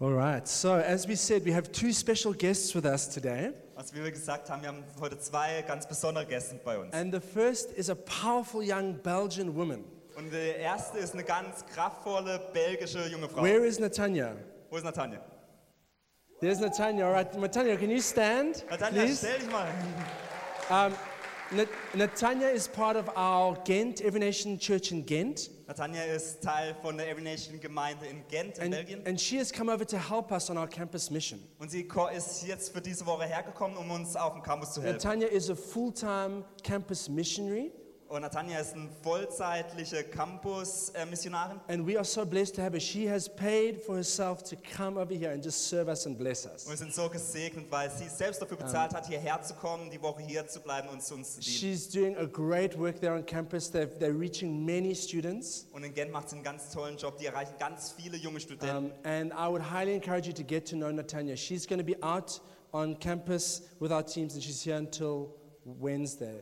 All right. So, as we said, we have two special guests with us today. Also wie wir gesagt haben, wir haben heute zwei ganz besondere Gäste bei uns. And the first is a powerful young Belgian woman. Und die erste ist eine ganz kraftvolle belgische junge Frau. Where is Natanya? Wo ist Natanja? There's Natanya. All right. Natanya, can you stand? Natanja, please? stell dich mal. Um, Nat- Natanya is part of our Ghent, Every Nation Church in Ghent. Natanja ist Teil von der Every Nation Gemeinde in Gent in And, Belgien. and she has come over to help us on our campus mission. Und sie ko- ist jetzt für diese Woche hergekommen, um uns auf dem Campus zu helfen. Natanya is a full time campus missionary, Und Natanja ist eine vollzeitliche Campus-Missionarin. and we are so blessed to have her. She has paid for herself to come over here and just serve us and bless Und wir us. sind so gesegnet, weil sie selbst dafür bezahlt hat, hierher zu kommen, die Woche hier zu bleiben und zu uns zu dienen. She's doing a great work there on campus. They've, they're reaching many students, Und in Gent macht sie einen ganz tollen Job. Die erreichen ganz viele junge um, Studenten. and I would highly encourage you to get to know Natanya. She's going to be out on campus with our teams, and she's here until Wednesday,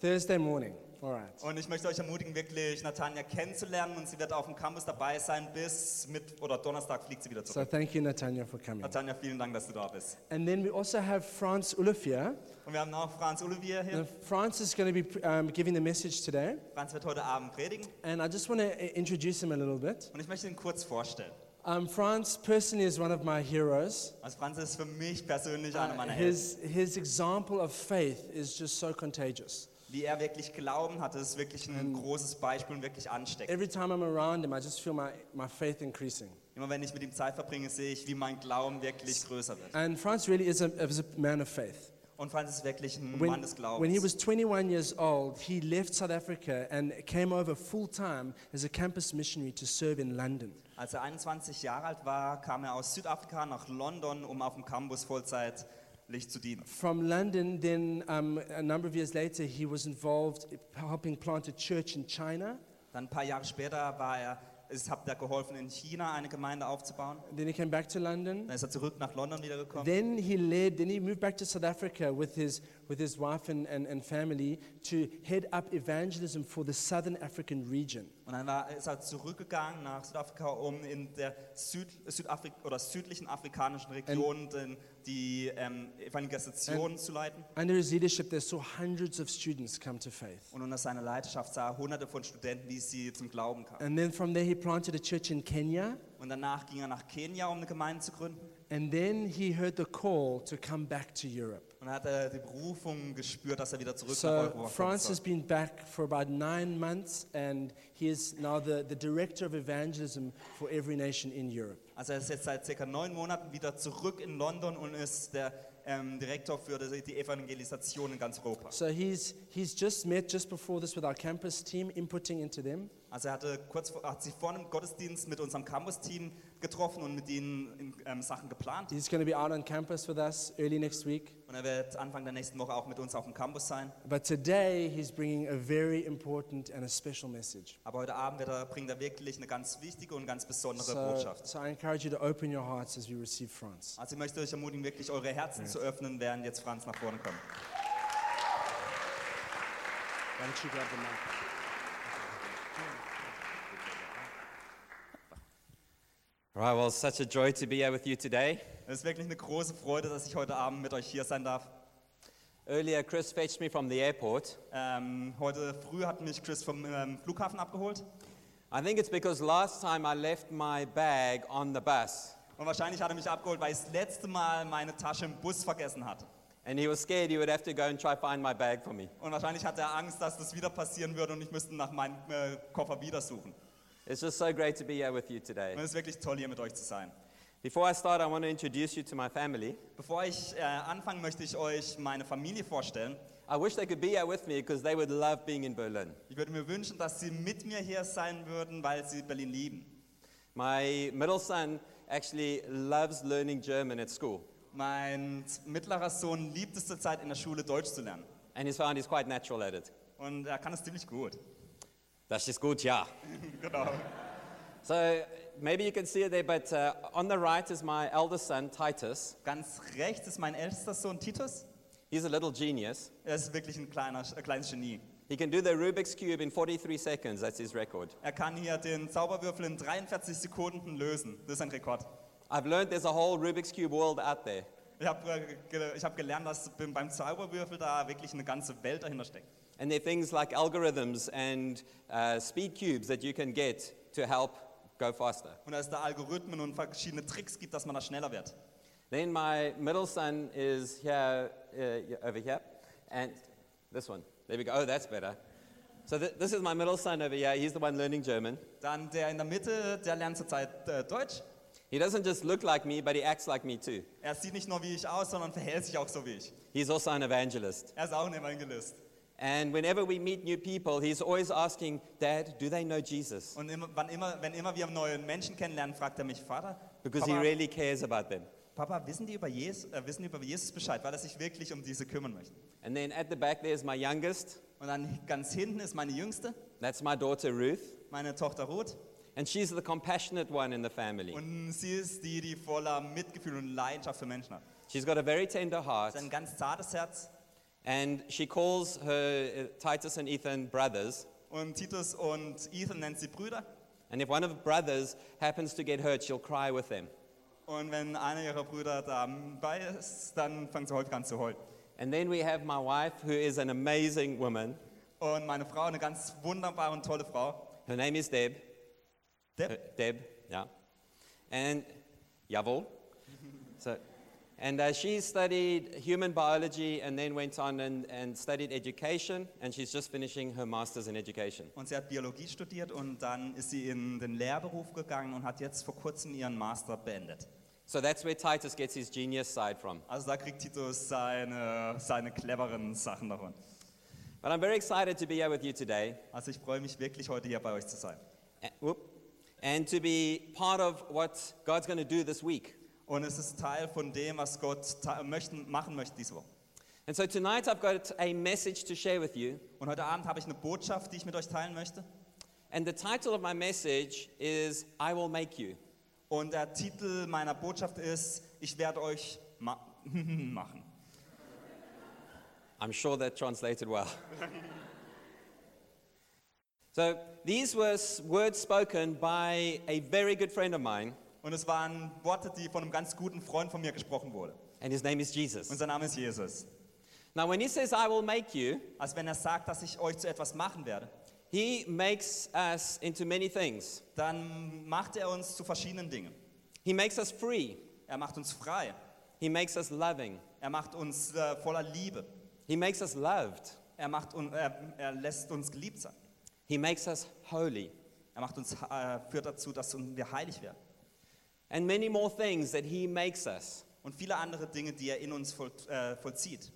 Thursday morning. All right. Und ich möchte euch ermutigen, wirklich Natanja kennenzulernen und sie wird auf dem Campus dabei sein bis mit oder Donnerstag fliegt sie wieder So zurück. thank you, Natanya, for coming. Natanja, vielen Dank, dass du da bist. And then we also have Franz Ulufia. Und wir haben auch Franz Olivier hier. Now, Franz is going to be um, giving the message today, Franz wird heute Abend predigen and I just want to introduce him a little bit. und ich möchte ihn kurz vorstellen. Um, Franz personally is one of my heroes. Also Franz ist für mich persönlich Uh, einer meiner Helden. his, his example of faith is just so contagious. Wie er wirklich Glauben hat, das ist wirklich Mm. ein großes Beispiel und wirklich ansteckend. Every time I'm around him, I just feel my, my faith increasing. Immer wenn ich mit ihm Zeit verbringe, sehe ich, wie mein Glauben wirklich größer wird. And Franz really is a, is a man of faith. Und Franz ist wirklich ein When, Mann des when he Glaubens. was 21 years old, he left South Africa and came over full time as a campus missionary to serve in London. Als er 21 Jahre alt war, kam er aus Südafrika nach London, um auf dem Campus vollzeitlich zu dienen. From London, then um, a number of years later, he was involved in helping plant a church in China. Dann ein paar Jahre später war er, es hat er geholfen, in China eine Gemeinde aufzubauen. Then he came back to London. Dann ist er zurück nach London wiedergekommen. Then he led, then he moved back to South Africa with his, with his wife and, and, and family to head up evangelism for the Southern African region. Und dann war, ist er zurückgegangen nach Südafrika, um in der Süd, Südafrik oder südlichen afrikanischen Region den, die ähm, Evangelisation zu leiten. Under his leadership, they saw hundreds of students come to faith. Und unter seiner Leidenschaft sah er hunderte von Studenten, die sie zum Glauben kamen. And then from there, he planted a church in Kenya. Und danach ging er nach Kenia, um eine Gemeinde zu gründen. And then he heard the call to come back to Europe. Und dann hat er die Berufung gespürt, dass er wieder zurück nach Europa So France kommt. has been back for about nine months, and he is now the, the director of evangelism for every nation in Europe. Also er ist jetzt seit circa neun Monaten wieder zurück in London und ist der ähm, Direktor für die die Evangelisation in ganz Europa. So he's, he's just met just before this with our campus team, inputting into them. Also er hatte kurz vor, hat sich vor einem Gottesdienst mit unserem Campus-Team getroffen und mit ihnen in, ähm, Sachen geplant. He's going to be out on campus with us early next week. Und er wird Anfang der nächsten Woche auch mit uns auf dem Campus sein. But today, he's bringing a very important and a special message. Aber heute Abend wird er, bringt er wirklich eine ganz wichtige und ganz besondere So, Botschaft. so I encourage you to open your hearts as we receive France. Also ich möchte euch ermutigen, wirklich eure Herzen zu öffnen, während jetzt Franz nach vorne kommt. Why don't you grab the mic? All right, well, it's such a joy to be here with you today. Es ist wirklich eine große Freude, dass ich heute Abend mit euch hier sein darf. Earlier, Chris fetched me from the airport. Ähm, heute früh hat mich Chris vom ähm, Flughafen abgeholt. I think it's because last time I left my bag on the bus Und wahrscheinlich hat er mich abgeholt, weil ich das letzte Mal meine Tasche im Bus vergessen hatte. and he was scared he would have to go and try find my bag for me. Und wahrscheinlich hatte er Angst, dass das wieder passieren würde und ich müsste nach meinem äh, Koffer wieder suchen. It's just so great to be here with you Und today. es ist wirklich toll, hier mit euch zu sein. Before I start, I want to introduce you to my family. Bevor ich äh, anfange, möchte ich euch meine Familie vorstellen. I wish they could be here with me because they would love being in Berlin. Ich würde mir wünschen, dass sie mit mir hier sein würden, weil sie Berlin lieben. My middle son actually loves learning German at school Mein mittlerer Sohn liebt es zurzeit, in der Schule Deutsch zu lernen. and he's found he's quite natural at it. Und er kann es ziemlich gut. That's just good, yeah. genau. So maybe you can see it there, but uh, on the right is my eldest son, Titus. Ganz rechts ist mein ältester Sohn Titus. He's a little genius. Er ist wirklich ein kleiner, ein kleines Genie. He can do the Rubik's Cube in 43 seconds. That's his record. Er kann hier den Zauberwürfel in 43 Sekunden lösen. Das ist ein Rekord. I've learned there's a whole Rubik's Cube world out there. Ich habe hab gelernt, dass beim beim Zauberwürfel da wirklich eine ganze Welt dahinter steckt. And there are things like algorithms and uh, speed cubes that you can get to help go faster. Und dass es da Algorithmen und verschiedene Tricks gibt, dass man da schneller wird. Then my middle son is here, uh, over here, and this one. There we go. Oh, that's better. So th- this is my middle son over here. He's the one learning German. Dann der in der Mitte, der lernt zurzeit äh, Deutsch. He doesn't just look like me, but he acts like me too. Er sieht nicht nur wie ich aus, sondern verhält sich auch so wie ich. He's also an evangelist. Er ist auch ein Evangelist. And whenever we meet new people, he's always asking, Dad, do they know Jesus? Und immer, wann immer, wenn immer wir neue Menschen kennenlernen, fragt er mich, Vater, Because he Papa, really cares about them. Papa, wissen die über Jesus, äh, wissen die über Jesus Bescheid, weil er sich wirklich um diese kümmern möchte. And then at the back there's my youngest. Und dann ganz hinten ist meine Jüngste, That's my daughter Ruth. meine Tochter Ruth. And she's the compassionate one in the family. Und sie ist die, die voller Mitgefühl und Leidenschaft für Menschen hat. She's got a very tender heart. Sie hat ein ganz zartes Herz. And she calls her uh, Titus and Ethan brothers. Und Titus und Ethan nennt sie Brüder. And if one of the brothers happens to get hurt, she'll cry with them. Und wenn einer ihrer Brüder dabei ist, dann fängt sie häufig an zu heulen. And then we have my wife, who is an amazing woman. Und meine Frau, eine ganz wunderbare und tolle Frau, Her name is Deb. Deb. Uh, Deb, yeah. And Yavol. so, and uh, she studied human biology and then went on and, and studied education. And she's just finishing her master's in education. Und sie hat Biologie studiert und dann ist sie in den Lehrberuf gegangen und hat jetzt vor kurzem ihren Master beendet. So that's where Titus gets his genius side from. Also da kriegt Titus seine, seine cleveren Sachen davon. But I'm very excited to be here with you today. Also ich freue mich wirklich, heute hier bei euch zu sein. And, whoop, and to be part of what God's going to do this week. Und es ist Teil von dem, was Gott ta- möchten, machen möchte diese Woche. And so tonight I've got a message to share with you. Und heute Abend habe ich eine Botschaft, die ich mit euch teilen möchte. And the title of my message is I Will Make You. Und der Titel meiner Botschaft ist, ich werde euch ma machen. I'm sure that translated well. so these were s- words spoken by a very good friend of mine, Und es waren Worte, die von einem ganz guten Freund von mir gesprochen wurde. and his name is Und Jesus. sein Name ist Jesus. Now, when he says, I will make you, Also wenn er sagt, dass ich euch zu etwas machen werde, he makes us into many things. dann macht er uns zu verschiedenen Dingen. He makes us free, Er macht uns frei. he makes us loving, Er macht uns äh, voller Liebe. he makes us loved, Er, macht un er, er lässt uns geliebt sein. he makes us holy, Er macht uns, äh, führt dazu, dass wir heilig werden. and many more things that he makes us. Und viele andere Dinge, die er in uns voll, äh, vollzieht.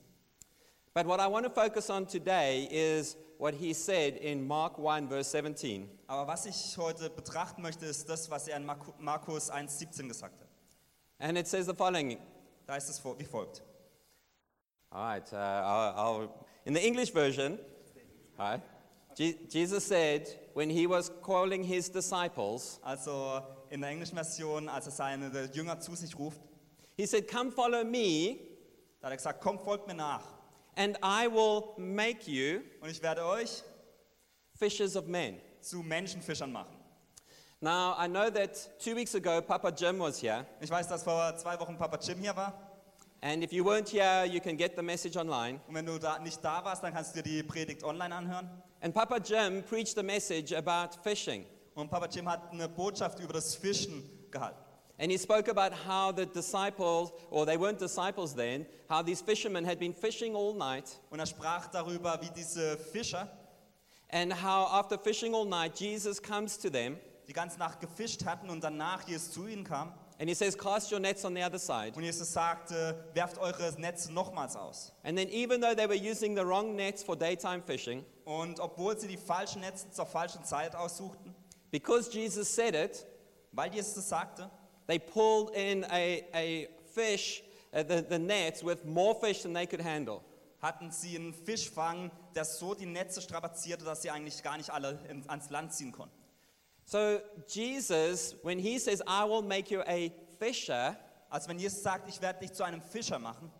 But what I want to focus on today is what he said in Mark 1, verse 17. Aber was ich heute betrachten möchte, ist das, was er in Marku- Markus 1,17 gesagt hat. And it says the following Da ist es vor- wie folgt. All right. Uh, I'll, I'll, in the English version, hi. Je- Jesus said when he was calling his disciples, Also in der englischen Version, als er seine Jünger zu sich ruft, he said, "Come follow me, da hat er gesagt, komm, folgt mir nach. and I will make you Und ich werde euch fishers of men." zu Menschenfischern machen. Now I know that two weeks ago Papa Jim was here, Ich weiß, dass vor zwei Wochen Papa Jim hier war. and if you weren't here, you can get the message online. Und wenn du da nicht da warst, dann kannst du dir die Predigt online anhören. And Papa Jim preached a message about fishing, Und Papa Jim hat eine Botschaft über das Fischen gehalten. and he spoke about how the disciples, or they weren't disciples then, how these fishermen had been fishing all night. Und er sprach darüber, wie diese Fischer And how after fishing all night, Jesus comes to them die ganze Nacht gefischt hatten und danach Jesus zu ihnen kam. and he says, Cast your nets on the other side. Und Jesus sagte, werft eure Netze nochmals aus. And then, even though they were using the wrong nets for daytime fishing, Und obwohl sie die falschen Netze zur falschen Zeit aussuchten, because Jesus said it, weil Jesus es sagte, they pulled in a, a fish, uh, the, the net, with more fish than they could handle. hatten sie einen Fischfang, der so die Netze strapazierte, dass sie eigentlich gar nicht alle in, ans Land ziehen konnten. So, Jesus, when he says, I will make you a fisher, Also wenn Jesus sagt, ich werde dich zu einem Fischer machen,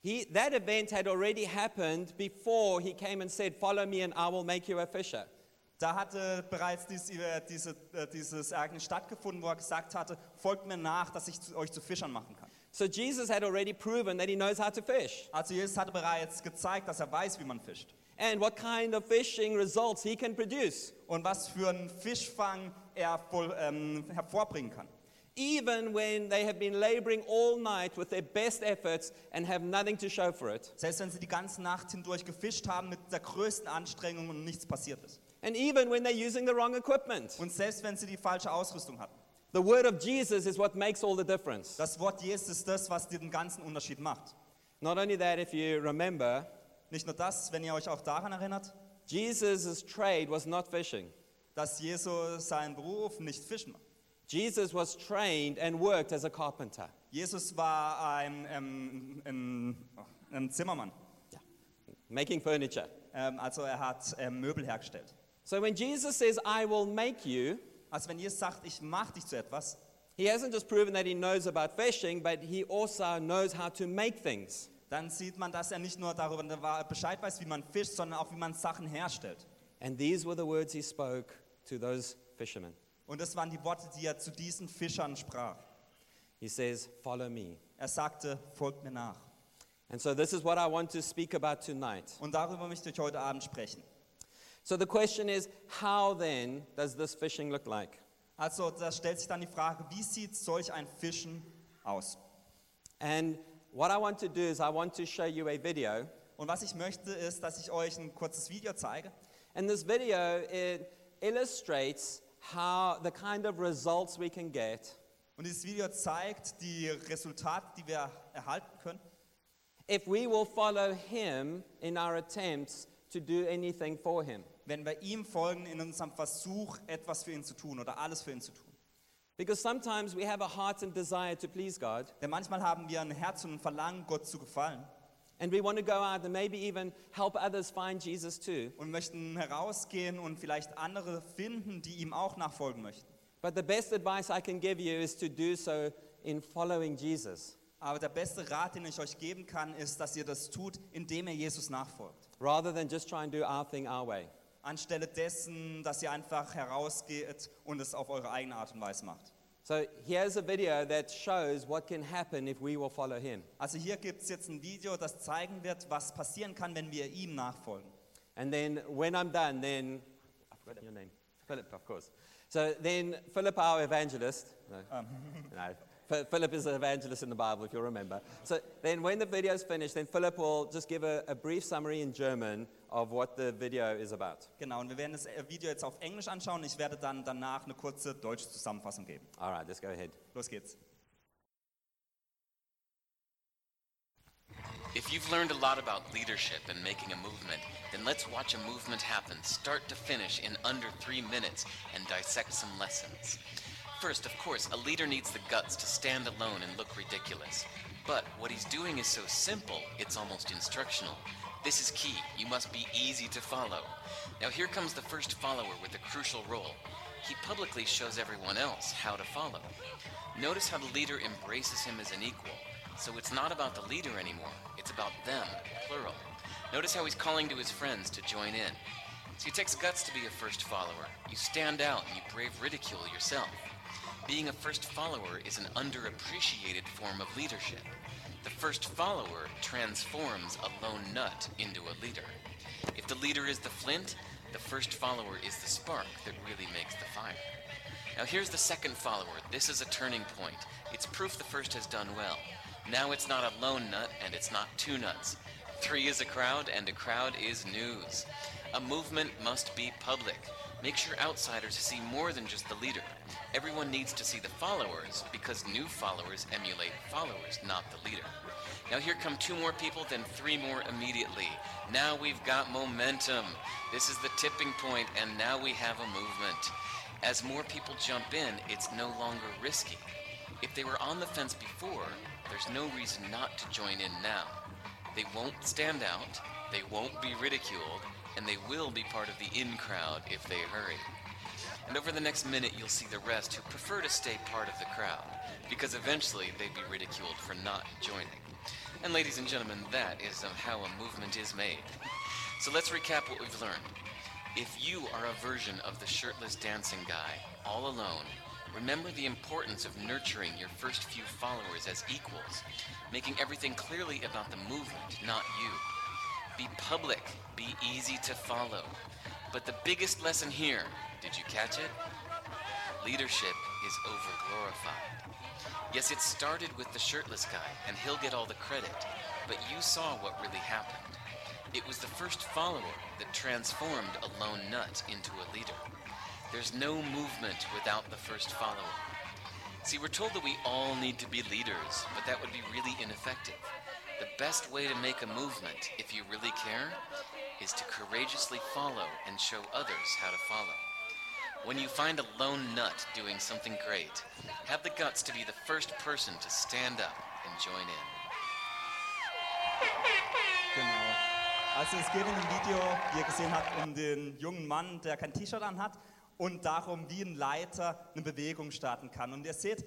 he, that event had already happened before he came and said, Follow me and I will make you a fisher. Da hatte bereits dies, äh, diese, äh, dieses Ereignis stattgefunden, wo er gesagt hatte, folgt mir nach, dass ich zu, euch zu Fischern machen kann. So Jesus had already proven that he knows how to fish Also Jesus hatte bereits gezeigt, dass er weiß, wie man fischt. and what kind of fishing results he can produce. Und was für einen Fischfang er voll, ähm, hervorbringen kann. Even when they have been laboring all night with their best efforts and have nothing to show for it. Selbst wenn sie die ganze Nacht hindurch gefischt haben mit der größten Anstrengung und nichts passiert ist. And even when they're using the wrong equipment. Und selbst wenn sie die falsche Ausrüstung hatten. The word of Jesus is what makes all the difference. Das Wort Jesus ist das, was den ganzen Unterschied macht. Not only that, if you remember, Nicht nur das, wenn ihr euch auch daran erinnert, Jesus' trade was not fishing. dass Jesus seinen Beruf nicht fischen war. Jesus was trained and worked as a carpenter. Jesus war ein, ähm, ähm, ein Zimmermann, Yeah. Making furniture. ähm, also er hat ähm, Möbel hergestellt. So when Jesus says, I will make you, Also wenn Jesus sagt, ich mache dich zu etwas, he hasn't just proven that he knows about fishing, but he also knows how to make things. dann sieht man, dass er nicht nur darüber Bescheid weiß, wie man fischt, sondern auch, wie man Sachen herstellt. And these were the words he spoke to those fishermen. Und das waren die Worte, die er zu diesen Fischern sprach. He says, Follow me. Er sagte, folgt mir nach. And so this is what I want to speak about tonight. Und darüber möchte ich heute Abend sprechen. So the question is, how then does this fishing look like? Also da stellt sich dann die Frage, wie sieht solch ein Fischen aus? And what I want to do is, I want to show you a video. Und was ich möchte, ist, dass ich euch ein kurzes Video zeige. And this video it illustrates how the kind of results we can get Und dieses Video zeigt die Resultate, die wir erhalten können, if we will follow him in our attempts to do anything for him. wenn wir ihm folgen in unserem Versuch, etwas für ihn zu tun oder alles für ihn zu tun. Because sometimes we have a heart and desire to please God, Denn manchmal haben wir ein Herz und ein Verlangen, Gott zu gefallen and we want to go out and maybe even help others find Jesus too. und möchten herausgehen und vielleicht andere finden, die ihm auch nachfolgen möchten. But the best advice I can give you is to do so in following Jesus Aber der beste Rat, den ich euch geben kann, ist, dass ihr das tut, indem ihr Jesus nachfolgt. rather than just try and do our thing our way. Anstelle dessen, dass ihr einfach herausgeht und es auf eure eigene Art und Weise macht. So here's a video that shows what can happen if we will follow him. Also hier gibt es jetzt ein Video, das zeigen wird, was passieren kann, wenn wir ihm nachfolgen. And then when I'm done, then I've forgotten your name. Philip, of course. So then Philip, our evangelist. No, no. Ph- Philip is an evangelist in the Bible, if you'll remember. So then when the video's finished, then Philip will just give a, a brief summary in German of what the video is about. Genau, und wir werden das äh, Video jetzt auf Englisch anschauen. Ich werde dann danach eine kurze deutsche Zusammenfassung geben. All right, let's go ahead. Los geht's. If you've learned a lot about leadership and making a movement, then let's watch a movement happen start to finish in under three minutes and dissect some lessons. First, of course, a leader needs the guts to stand alone and look ridiculous. But what he's doing is so simple, it's almost instructional. This is key. You must be easy to follow. Now, here comes the first follower with a crucial role. He publicly shows everyone else how to follow. Notice how the leader embraces him as an equal. So it's not about the leader anymore, it's about them, plural. Notice how he's calling to his friends to join in. So it takes guts to be a first follower. You stand out and you brave ridicule yourself. Being a first follower is an underappreciated form of leadership. The first follower transforms a lone nut into a leader. If the leader is the flint, the first follower is the spark that really makes the fire. Now here's the second follower. This is a turning point. It's proof the first has done well. Now it's not a lone nut and it's not two nuts. Three is a crowd and a crowd is news. A movement must be public. Make sure outsiders see more than just the leader. Everyone needs to see the followers because new followers emulate followers, not the leader. Now here come two more people, then three more immediately. Now we've got momentum. This is the tipping point, and now we have a movement. As more people jump in, it's no longer risky. If they were on the fence before, there's no reason not to join in now. They won't stand out, they won't be ridiculed, and they will be part of the in crowd if they hurry. And over the next minute, you'll see the rest who prefer to stay part of the crowd, because eventually they'd be ridiculed for not joining. And ladies and gentlemen, that is how a movement is made. So let's recap what we've learned. If you are a version of the shirtless dancing guy, all alone, remember the importance of nurturing your first few followers as equals, making everything clearly about the movement, not you. Be public, be easy to follow. But the biggest lesson here, did you catch it? Leadership is overglorified. Yes, it started with the shirtless guy, and he'll get all the credit, but you saw what really happened. It was the first follower that transformed a lone nut into a leader. There's no movement without the first follower. See, we're told that we all need to be leaders, but that would be really ineffective. The best way to make a movement, if you really care, is to courageously follow and show others how to follow. When you find a lone nut doing something great, have the guts to be the first person to stand up and join in. Genau. Also es geht in dem Video, wie ihr gesehen habt, um den jungen Mann, der kein T-Shirt anhat und darum, wie ein Leiter eine Bewegung starten kann. Und ihr seht,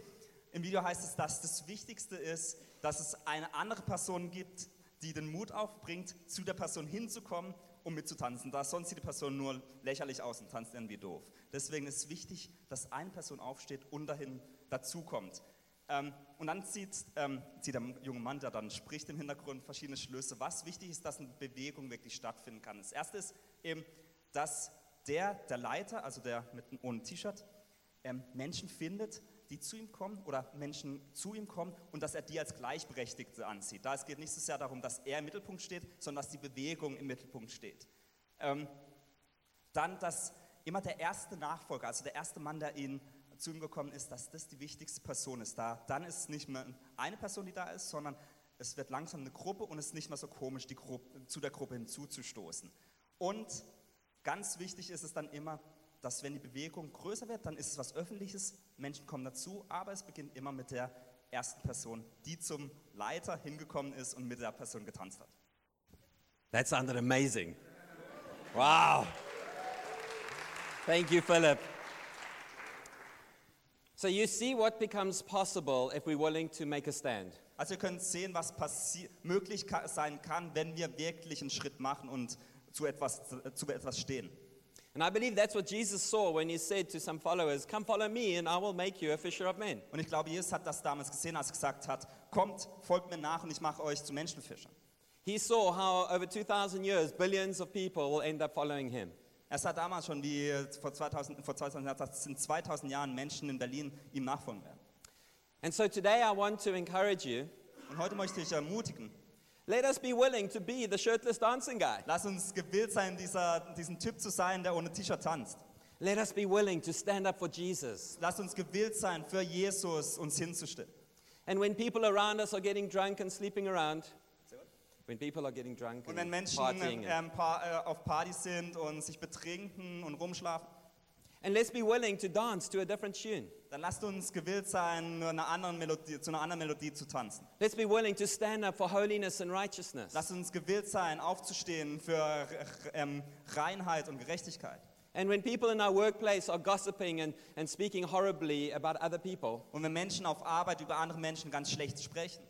im Video heißt es, dass das Wichtigste ist, dass es eine andere Person gibt, die den Mut aufbringt, zu der Person hinzukommen, um mitzutanzen. Da sonst sieht die Person nur lächerlich aus und tanzt irgendwie doof. Deswegen ist wichtig, dass eine Person aufsteht und dahin dazukommt. Ähm, und dann zieht, ähm, zieht der junge Mann, der dann spricht im Hintergrund, verschiedene Schlüsse, was wichtig ist, dass eine Bewegung wirklich stattfinden kann. Das erste ist eben, dass der, der Leiter, also der mit, ohne T-Shirt, ähm, Menschen findet, die zu ihm kommen oder Menschen zu ihm kommen und dass er die als Gleichberechtigte ansieht. Da es geht nicht so sehr darum, dass er im Mittelpunkt steht, sondern dass die Bewegung im Mittelpunkt steht. Ähm, dann, dass immer der erste Nachfolger, also der erste Mann, der ihn zu ihm gekommen ist, dass das die wichtigste Person ist. Da, dann ist es nicht mehr eine Person, die da ist, sondern es wird langsam eine Gruppe und es ist nicht mehr so komisch, die Gruppe, zu der Gruppe hinzuzustoßen. Und ganz wichtig ist es dann immer, dass wenn die Bewegung größer wird, dann ist es was Öffentliches, Menschen kommen dazu, aber es beginnt immer mit der ersten Person, die zum Leiter hingekommen ist und mit der Person getanzt hat. That sounded amazing. Wow. Thank you, Philip. So you see what becomes possible if we're willing to make a stand. Also ihr könnt sehen, was passi- möglich ka- sein kann, wenn wir wirklich einen Schritt machen und zu etwas, zu etwas stehen. And I believe that's what Jesus saw when he said to some followers, Come follow me, and I will make you a fisher of men. Und ich glaube, Jesus hat das damals gesehen, als er gesagt hat, kommt, folgt mir nach und ich mache euch zu Menschenfischern. He saw how over 2,000 years, billions of people will end up following him. Er sah damals schon, wie vor 2000, vor 2000 Jahren, dass in 2000 Jahren Menschen in Berlin ihm nachfolgen werden. And so today I want to encourage you Und heute möchte ich ermutigen, let us be willing to be the shirtless dancing guy. lass uns gewillt sein, dieser, diesen Typ zu sein, der ohne T-Shirt tanzt. Let us be willing to stand up for Jesus. Lass uns gewillt sein, für Jesus uns hinzustellen. And when people around us are getting drunk and sleeping around, when people are getting drunk Und and wenn Menschen partying, and, ähm, pa- äh, auf Partys sind und sich betrinken und rumschlafen, and let's be willing to dance to a different tune. dann lasst uns gewillt sein, nur einer anderen Melodie, zu einer anderen Melodie zu tanzen. Let's be willing to stand up for holiness and righteousness. Lasst uns gewillt sein, aufzustehen für äh, ähm, Reinheit und Gerechtigkeit. And when people in our workplace are gossiping and, and speaking horribly about other people, Und wenn Menschen auf Arbeit über andere Menschen ganz schlecht sprechen,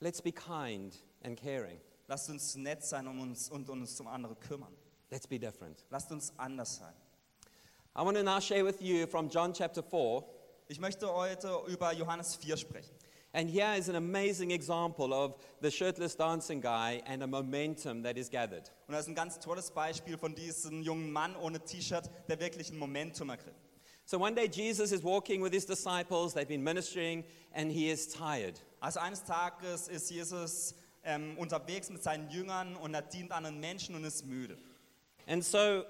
let's be kind and caring. lasst uns nett sein um uns, und uns um andere kümmern. Let's be different. Lasst uns anders sein. I want to now share with you from John chapter 4. Ich möchte heute über Johannes 4 sprechen. And here is an amazing example of the shirtless dancing guy and a momentum that is gathered. Und das ist ein ganz tolles Beispiel von diesem jungen Mann ohne T-Shirt, der wirklich ein Momentum ergriff. So one day Jesus is walking with his disciples, they've been ministering, and he is tired. Also eines Tages ist Jesus ähm, unterwegs mit seinen Jüngern und er dient anderen Menschen und ist müde. And so,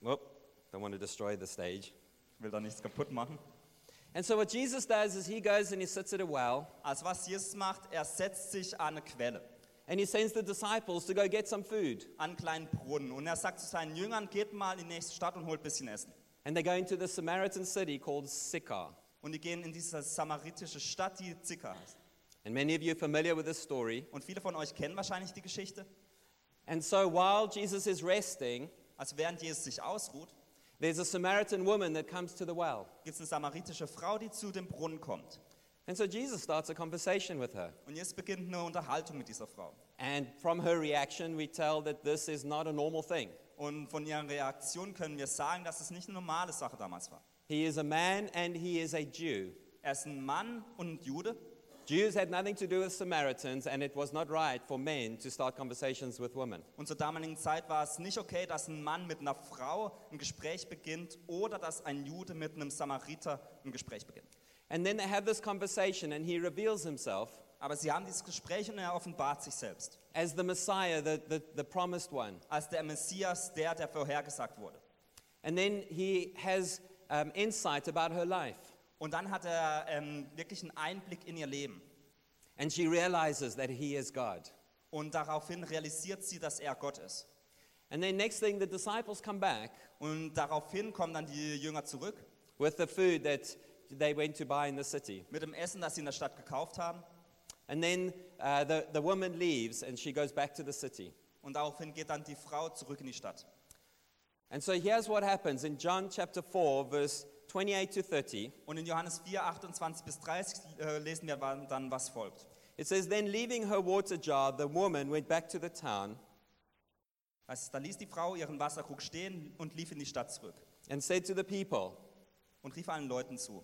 well, don't want to destroy the stage. Will da nichts kaputt machen. And so what Jesus does is he goes and he sits at a well Also was Jesus macht, er setzt sich an eine Quelle, and he sends the disciples to go get some food. an einen kleinen Brunnen und er sagt zu seinen Jüngern, geht mal in die nächste Stadt und holt ein bisschen Essen. And they go into the Samaritan city called Sychar. Und die gehen in diese samaritische Stadt, die Zikka heißt. And many of you are familiar with this story. Und viele von euch kennen wahrscheinlich die Geschichte. And so while Jesus is resting, Also während Jesus sich ausruht, there's a Samaritan woman that comes to the well. gibt es eine samaritische Frau, die zu dem Brunnen kommt. And so Jesus starts a conversation with her. Und jetzt beginnt eine Unterhaltung mit dieser Frau. And from her reaction, we tell that this is not a normal thing. Und von ihrer Reaktion können wir sagen, dass es nicht eine normale Sache damals war. He is a man and he is a Jew. Er ist ein Mann und ein Jude. Jews had nothing to do with Samaritans, and it was not right for men to start conversations with women. Und zur damaligen Zeit war es nicht okay, dass ein Mann mit einer Frau ein Gespräch beginnt oder dass ein Jude mit einem Samariter ein Gespräch beginnt. And then they have this conversation, and he reveals himself Aber sie haben dieses Gespräch und er offenbart sich selbst as the Messiah, the, the, the promised one. als der Messias, der, der vorhergesagt wurde. And then he has um, insight about her life, Und dann hat er ähm, wirklich einen Einblick in ihr Leben. and she realizes that he is God. Und daraufhin realisiert sie, dass er Gott ist. And then, next thing, the disciples come back Und daraufhin kommen dann die Jünger zurück with the food that they went to buy in the city. mit dem Essen, das sie in der Stadt gekauft haben. And then uh, the, the woman leaves, and she goes back to the city. Und daraufhin geht dann die Frau zurück in die Stadt. And so here's what happens in John chapter 4, verse 28 to 30. Und in Johannes 4, 28 bis 30 äh, lesen wir wann- dann, was folgt. It says, Then leaving her water jar, the woman went back to the town Heißt es, da ließ die Frau ihren Wasserkrug stehen und lief in die Stadt zurück and said to the people, und rief allen Leuten zu.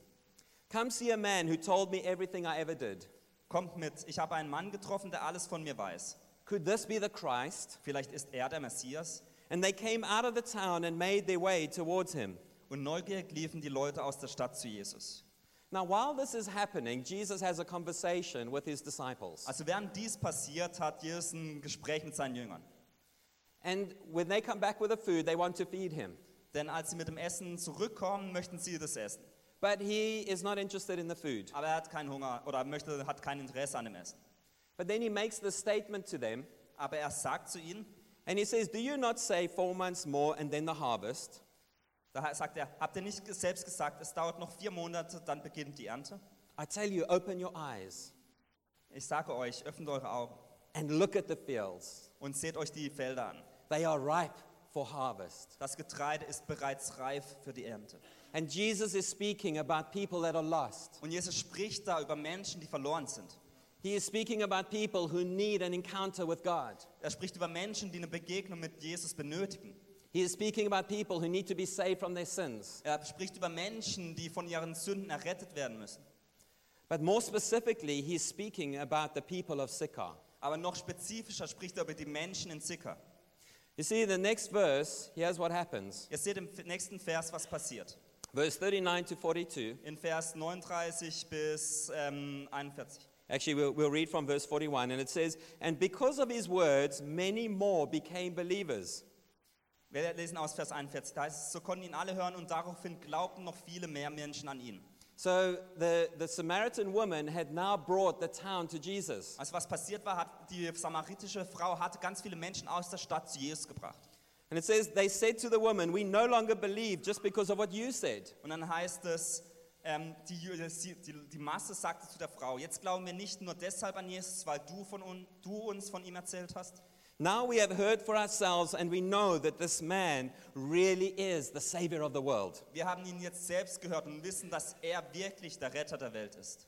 Come see a man who told me everything I ever did. Kommt mit, ich habe einen Mann getroffen, der alles von mir weiß. Could this be the Christ? Vielleicht ist er der Messias. And they came out of the town and made their way towards him. Und neugierig liefen die Leute aus der Stadt zu Jesus. Now, while this is happening, Jesus has a conversation with his disciples. Also während dies passiert, hat Jesus ein Gespräch mit seinen Jüngern. And when they come back with the food, they want to feed him. Denn als sie mit dem Essen zurückkommen, möchten sie das Essen. But he is not interested in the food. Aber er hat keinen Hunger oder möchte, hat kein Interesse an dem Essen. But then he makes this statement to them Aber er sagt zu ihnen, And he says, Do you not say four months more and then the harvest? da sagt er, habt ihr nicht selbst gesagt, es dauert noch vier Monate, dann beginnt die Ernte? I tell you, open your eyes Ich sage euch, öffnet eure Augen and look at the fields. und seht euch die Felder an. They are ripe for harvest. Das Getreide ist bereits reif für die Ernte. And Jesus is speaking about people that are lost. Und Jesus spricht da über Menschen, die verloren sind. He is speaking about people who need an encounter with God. Er spricht über Menschen, die eine Begegnung mit Jesus benötigen. He is speaking about people who need to be saved from their sins. Er spricht über Menschen, die von ihren Sünden errettet werden müssen. But more specifically, he is speaking about the people of Sychar. Aber noch spezifischer spricht er über die Menschen in Zicker. You see, the next verse, here's what happens. Ihr seht im nächsten Vers, was passiert. Verse 39 to 42. In Vers 39 bis ähm, 41. Actually, we'll, we'll read from verse 41, and it says, And because of his words, many more became believers. Wir lesen aus Vers 41. Da heißt es, so konnten ihn alle hören und daraufhin glaubten noch viele mehr Menschen an ihn. So the, the Samaritan woman had now brought the town to Jesus. Also was passiert war, hat die samaritische Frau hatte ganz viele Menschen aus der Stadt zu Jesus gebracht. And it says, They said to the woman, We no longer believe just because of what you said. Und dann heißt es, ähm, die, Jü- sie- die, die Masse sagte zu der Frau, jetzt glauben wir nicht nur deshalb an Jesus, weil du, von un, du uns von ihm erzählt hast. Now we have heard for ourselves, and we know that this man really is the Savior of the world. Wir haben ihn jetzt selbst gehört und wissen, dass er wirklich der Retter der Welt ist.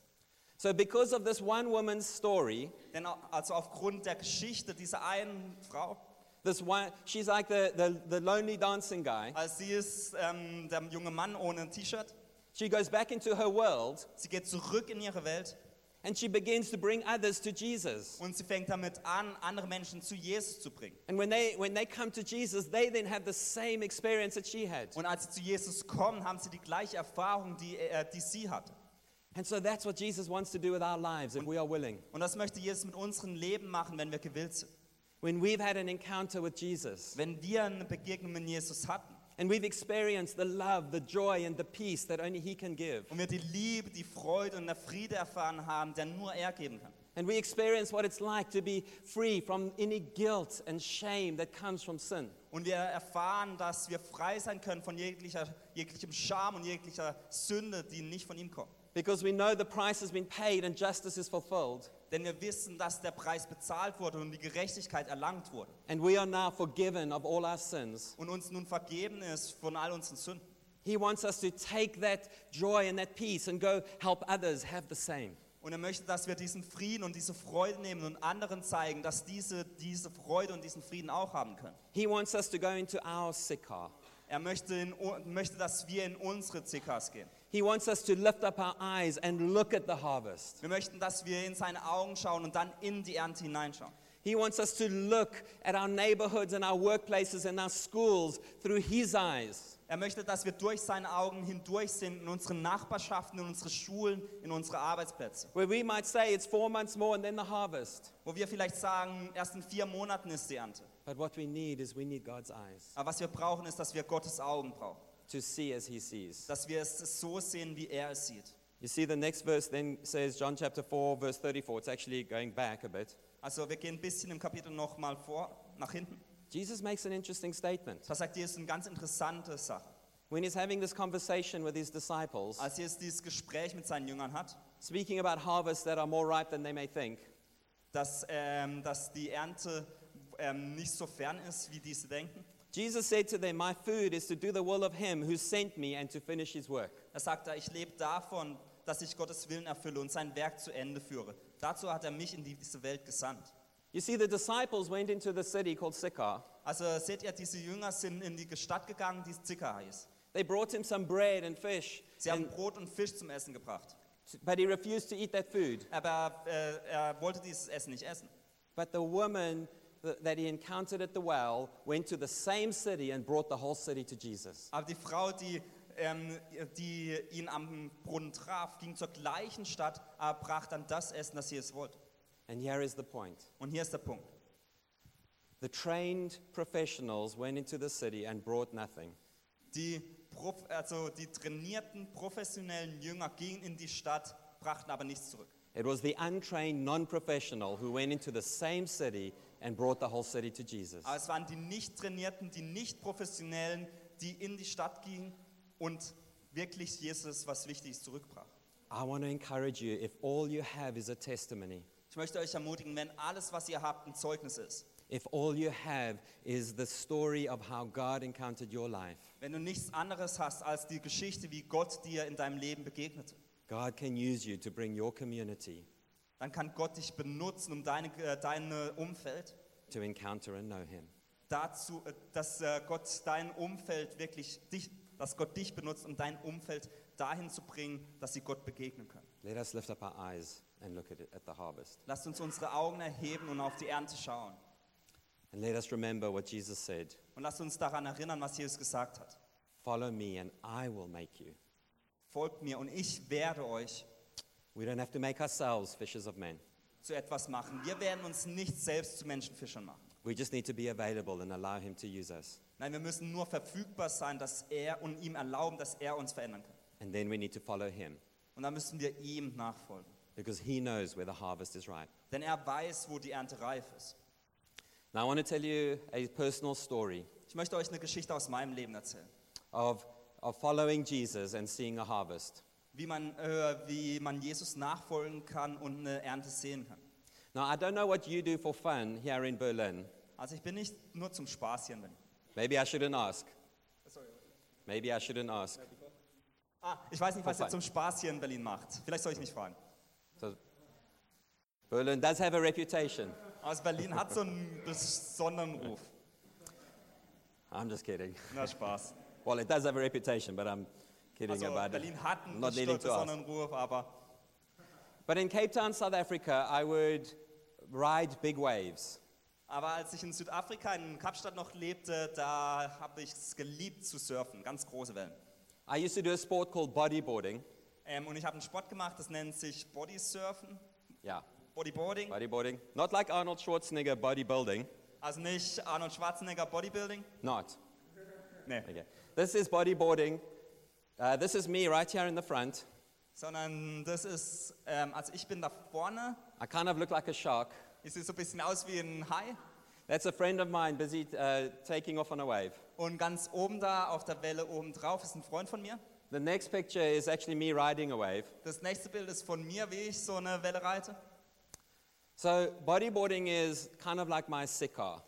So, because of this one woman's story, Denn au- also aufgrund der Geschichte dieser einen Frau, this one, she's like the, the, the lonely dancing guy. also sie ist ähm, der junge Mann ohne T-Shirt, She goes back into her world sie geht zurück in ihre Welt And she begins to bring others to Jesus. und sie fängt damit an, andere Menschen zu Jesus zu bringen. And when they, when they come to Jesus, they then have the same experience that she had. Und als sie zu Jesus kommen, haben sie die gleiche Erfahrung, die, äh, die sie hatte. And so that's what Jesus wants to do with our lives if we are willing. Und das möchte Jesus mit unserem Leben machen, wenn wir gewillt sind. When we've had an encounter with Jesus Wenn wir eine Begegnung mit Jesus hatten and we've experienced the love, the joy, and the peace that only He can give, und wir die Liebe, die Freude und der Friede erfahren haben, der nur er geben kann. and we experience what it's like to be free from any guilt and shame that comes from sin, Und wir erfahren, dass wir frei sein können von jeglicher, jeglichem Scham und jeglicher Sünde, die nicht von ihm kommt. because we know the price has been paid and justice is fulfilled, Denn wir wissen, dass der Preis bezahlt wurde und die Gerechtigkeit erlangt wurde and we are now forgiven of all our sins. und uns nun vergeben ist von all unseren Sünden. He wants us to take that joy and that peace and go help others have the same. Und er möchte, dass wir diesen Frieden und diese Freude nehmen und anderen zeigen, dass diese, diese Freude und diesen Frieden auch haben können. He wants us to go into our sikkah. Er möchte, in, u- möchte dass wir in unsere Zikas gehen. He wants us to lift up our eyes and look at the harvest. Wir möchten, dass wir in seine Augen schauen und dann in die Ernte hineinschauen. He wants us to look at our neighborhoods and our workplaces and our schools through His eyes. Er möchte, dass wir durch seine Augen hindurch sind in unsere Nachbarschaften, in unsere Schulen, in unsere Arbeitsplätze. Where we might say it's four months more and then the harvest. Wo wir vielleicht sagen, erst in vier Monaten ist die Ernte. But what we need is we need God's eyes Aber was wir brauchen, ist, dass wir Gottes Augen brauchen. to see as He sees. Dass wir es so sehen, wie er es sieht. You see, the next verse then says, John chapter 4, verse 34. It's actually going back a bit. Also wir gehen ein bisschen im Kapitel nochmal vor, nach hinten. Jesus makes an interesting statement. Da sagt Jesus eine ganz interessante Sache. When he's having this conversation with his disciples, uh, Als Jesus dieses Gespräch mit seinen Jüngern hat, speaking about harvests that are more ripe than they may think, dass, ähm, dass die Ernte ähm, nicht so fern ist, wie diese denken. Jesus said to them, My food is to do the will of him who sent me and to finish his work. Er sagt, da, ich lebe davon, dass ich Gottes Willen erfülle und sein Werk zu Ende führe. Dazu hat er mich in die- diese Welt gesandt. You see, the disciples went into the city called Sychar. Also seht ihr, diese Jünger sind in die Stadt gegangen, die Zika heißt. They brought him some bread and fish, Sie haben and- Brot und Fisch zum Essen gebracht. but he refused to eat that food. Aber äh, er wollte dieses Essen nicht essen. But the woman th- that he encountered at the well went to the same city and brought the whole city to Jesus. Aber die Frau, die, ähm, die ihn am Brunnen traf, ging zur gleichen Stadt, aber brach dann das Essen, das Jesus wollte. And here is the point Und hier ist der Punkt. the trained professionals went into the city and brought nothing. Die, Prof also die trainierten, professionellen Jünger gingen in die Stadt, brachten aber nichts zurück. It was the untrained non professional who went into the same city and brought the whole city to Jesus. Aber es waren die nicht trainierten, die nicht professionellen, die in die Stadt gingen und wirklich Jesus was Wichtiges zurückbrach. I want to encourage you if all you have is a testimony, Ich möchte euch ermutigen, wenn alles, was ihr habt, ein Zeugnis ist, if all you have is the story of how God encountered your life, wenn du nichts anderes hast als die Geschichte, wie Gott dir in deinem Leben begegnete, God can use you to bring your community dann kann Gott dich benutzen, um deine, äh, dein äh, Umfeld to encounter and know Him. dazu, äh, dass äh, Gott dein Umfeld wirklich dich, dass Gott dich benutzt, um dein Umfeld dahin zu bringen, dass sie Gott begegnen können. Let us lift up our eyes and look at, it, at the harvest. Lasst uns unsere Augen erheben und auf die Ernte schauen. And let us remember what Jesus said Und lasst uns daran erinnern, was Jesus gesagt hat. Follow me, and I will make you. Folgt mir und ich werde euch We don't have to make ourselves fishers of men. zu etwas machen. Wir werden uns nicht selbst zu Menschenfischern machen. We just need to be available and allow Him to use us. Nein, wir müssen nur verfügbar sein, dass er und ihm erlauben, dass er uns verändern kann. And then we need to follow Him Und dann müssen wir ihm nachfolgen. because He knows where the harvest is ripe. Denn er weiß, wo die Ernte reif ist. Now, I want to tell you a personal story Ich möchte euch eine Geschichte aus meinem Leben erzählen. of, of following Jesus and seeing a harvest. wie man, äh, wie man Jesus nachfolgen kann und eine Ernte sehen kann. Now, I don't know what you do for fun here in Berlin. Also ich bin nicht nur zum Spaß hier in Berlin. Maybe I shouldn't ask. Maybe I shouldn't ask. Ah, ich weiß nicht, was Oh, ihr zum Spaß hier in Berlin macht. Vielleicht soll ich nicht fragen. So, Berlin does have a reputation. Aber Berlin hat so einen besonderen Ruf. I'm just kidding. Na, Spaß. Well, it does have a reputation, but I'm kidding Also about Berlin it. hat einen Not needing to ask. besonderen Ruf, aber But in Cape Town, South Africa, I would ride big waves. aber als ich in Südafrika in Kapstadt noch lebte, da habe ich es geliebt zu surfen, ganz große Wellen. I used to do a sport called bodyboarding. Ähm, und ich habe einen Sport gemacht, das nennt sich Bodysurfen, Yeah, Bodyboarding. bodyboarding. Not like Arnold Schwarzenegger bodybuilding. Also nicht Arnold Schwarzenegger Bodybuilding. Not. Nee. Okay. This is bodyboarding. Uh, this is me right here in the front. sondern das ist, ähm, also ich bin da vorne, I kind of look like a shark. ich sehe so ein bisschen aus wie ein Hai That's a friend of mine busy uh, taking off on a wave. und ganz oben da auf der Welle oben drauf ist ein Freund von mir. The next picture is actually me riding a wave. Das nächste Bild ist von mir, wie ich so eine Welle reite. So bodyboarding is kind of like my sickar.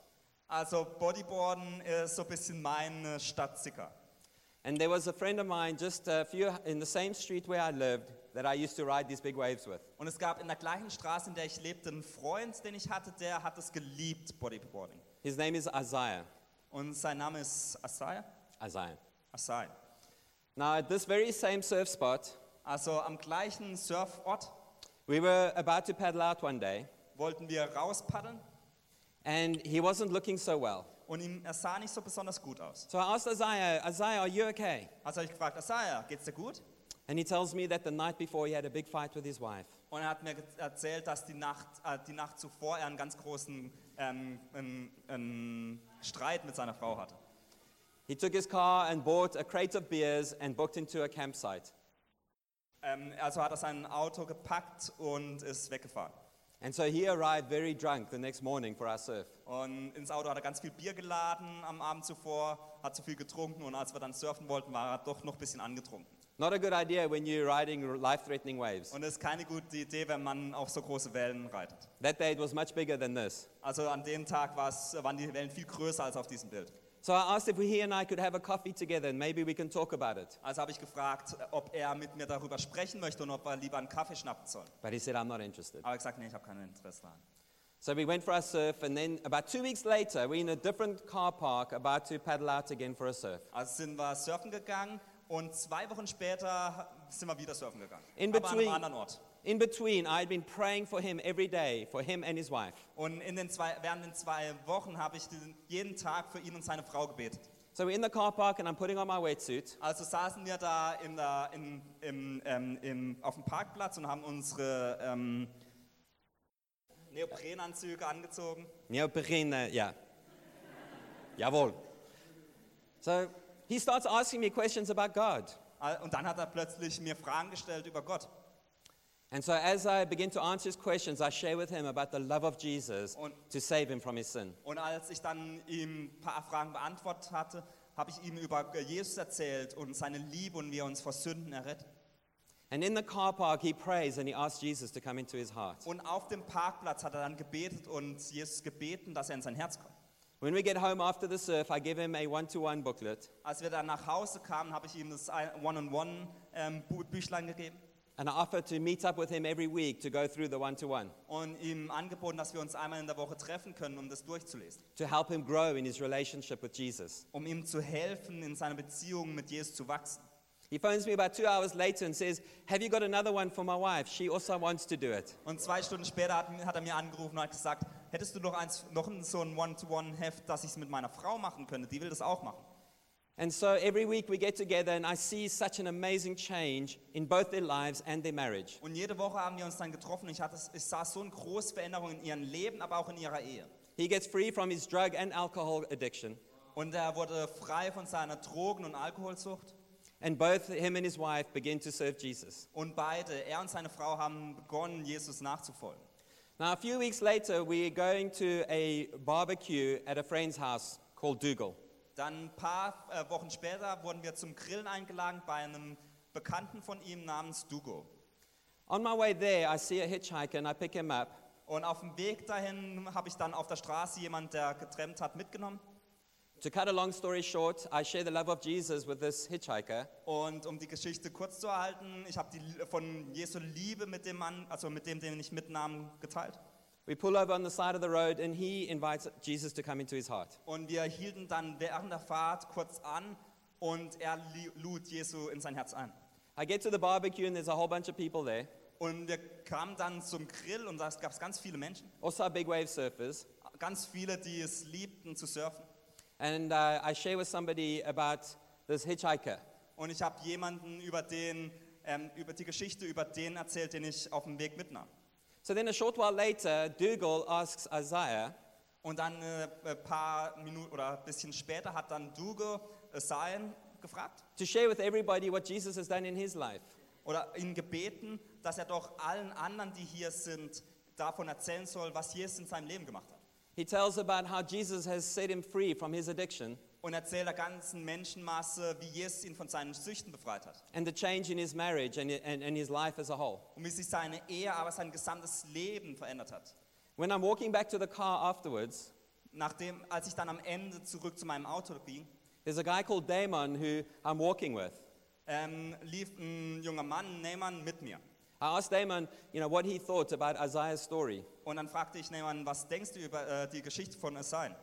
Also Bodyboarden ist so ein bisschen mein Stadtzicker. And there was a friend of mine just a few in the same street where I lived that I used to ride these big waves with. Und es gab in der gleichen Straße, in der ich lebte, einen Freund, den ich hatte, der hat es geliebt, Bodyboarding. His name is Isaiah. Und sein Name ist Asai. Isaiah. Asai. Now, at this very same surf spot, Also am gleichen Surfort we were about to paddle out one day, wollten wir rauspaddeln and he wasn't looking so well. und ihm, er sah nicht so besonders gut aus. So I asked Isaiah, Isaiah, are you okay? Also habe ich gefragt, Asai, geht's dir gut? And he tells me that the night before he had a big fight with his wife. Und er hat mir ge- erzählt, dass die Nacht, äh, die Nacht zuvor er einen ganz großen ähm, ähm, ähm, Streit mit seiner Frau hatte. He took his car and bought a crate of beers and booked into a campsite. Ähm, also hat er sein Auto gepackt und ist weggefahren. And so he arrived very drunk the next morning for our surf. Und ins Auto hat er ganz viel Bier geladen am Abend zuvor, hat zu viel getrunken und als wir dann surfen wollten, war er doch noch ein bisschen angetrunken. Not a good idea when you're riding life threatening waves. Und das ist keine gute Idee, wenn man auf so große Wellen reitet. That day it was much bigger than this. Also an dem Tag war's, waren die Wellen viel größer als auf diesem Bild. So I asked if he and I could have a coffee together and maybe we can talk about it. Also habe ich gefragt, ob er mit mir darüber sprechen möchte und ob er lieber einen Kaffee schnappen soll. But he said, I'm not interested. Aber ich sagte, nee, ich habe kein Interesse daran. So we went for our surf, and then about two weeks later, we're in a different car park about to paddle out again for a surf. Also sind wir surfen gegangen und zwei Wochen später sind wir wieder surfen gegangen. In Aber an einem between. anderen Ort. In between, I had been praying for him every day, for him and his wife. Und in den zwei, während den zwei Wochen habe ich den, jeden Tag für ihn und seine Frau gebetet. So we're in the car park, and I'm putting on my wetsuit, Also saßen wir da, in der, in, im, ähm, im, auf dem Parkplatz und haben unsere ähm, Neoprenanzüge angezogen. neoprene, yeah. Jawohl. So he starts asking me questions about God. Al- Und dann hat er plötzlich mir Fragen gestellt über Gott. And so as I begin to answer his questions, I share with him about the love of Jesus On- to save him from his sin. Und als ich dann ihm ein paar Fragen beantwortet hatte, habe ich ihm über Jesus erzählt und seine Liebe und wie er uns vor Sünden errettet. And in the car park, he prays and he asks Jesus to come into his heart. Und auf dem Parkplatz hat er dann gebetet und Jesus gebeten, dass er in sein Herz kommt. When we get home after the surf, I give him a one to one booklet Als wir dann nach Hause kamen, habe ich ihm das One-on-One-Büchlein gegeben and I offer to meet up with him every week to go through the one to one und ihm angeboten, dass wir uns einmal in der Woche treffen können, um das durchzulesen, to help him grow in his relationship with Jesus. um ihm zu helfen, in seiner Beziehung mit Jesus zu wachsen. He phones me about two hours later and says, Have you got another one for my wife? She also wants to do it. Und zwei Stunden später hat, hat er mir angerufen und hat gesagt, hättest du noch, eins, noch ein- so ein One-to-One-Heft, dass ich es mit meiner Frau machen könnte, die will das auch machen. And so every week we get together and I see such an amazing change in both their lives and their marriage. Und jede Woche haben wir uns dann getroffen und ich, hatte, ich sah so eine große Veränderung in ihrem Leben, aber auch in ihrer Ehe. He gets free from his drug and alcohol addiction, Und er wurde frei von seiner Drogen- und Alkoholsucht. and both him and his wife begin to serve Jesus. Und beide, er und seine Frau, haben begonnen, Jesus nachzufolgen. Now, a few weeks later, we're going to a barbecue at a friend's house called Dougal. Dann ein paar äh, Wochen später wurden wir zum Grillen eingeladen bei einem Bekannten von ihm namens Dugo. On my way there, I see a hitchhiker and I pick him up. Und auf dem Weg dahin habe ich dann auf der Straße jemanden, der getrennt hat, mitgenommen. To cut a long story short, I share the love of Jesus with this hitchhiker, Und um die Geschichte kurz zu halten, ich habe die von Jesu Liebe mit dem Mann, also mit dem, den ich mitnahm, geteilt. we pull over on the side of the road and he invites Jesus to come into his heart. Und wir hielten dann während der Fahrt kurz an und er li- lud Jesu in sein Herz ein. I get to the barbecue and there's a whole bunch of people there, Und wir kamen dann zum Grill und da gab es ganz viele Menschen, also big wave surfers. ganz viele, die es liebten zu surfen. And uh, I share with somebody about this hitchhiker. Und ich habe jemanden über den, ähm, über die Geschichte über den erzählt, den ich auf dem Weg mitnahm. So then a short while later, Dougal asks Isaiah, Und dann äh, ein paar Minuten oder ein bisschen später hat dann Dugo äh, Sain gefragt to share with everybody what Jesus has done in his life. oder ihn gebeten, dass er doch allen anderen, die hier sind, davon erzählen soll, was Jesus in seinem Leben gemacht hat. He tells about how Jesus has set him free from his addiction Und erzählt der ganzen Menschenmasse, wie Jesus ihn von seinen Süchten befreit hat. and the change in his marriage and, and, and his life as a whole. Und wie sich seine Ehe, aber sein gesamtes Leben verändert hat. When I'm walking back to the car afterwards, Nachdem, als ich dann am Ende zurück zu meinem Auto ging, there's a guy called Damon who I'm walking with. ähm, lief ein junger Mann, Neyman, mit mir. I asked Damon, you know, what he thought about Isaiah's story. Und dann fragte ich Neyman, was denkst du über äh, die Geschichte von Esai?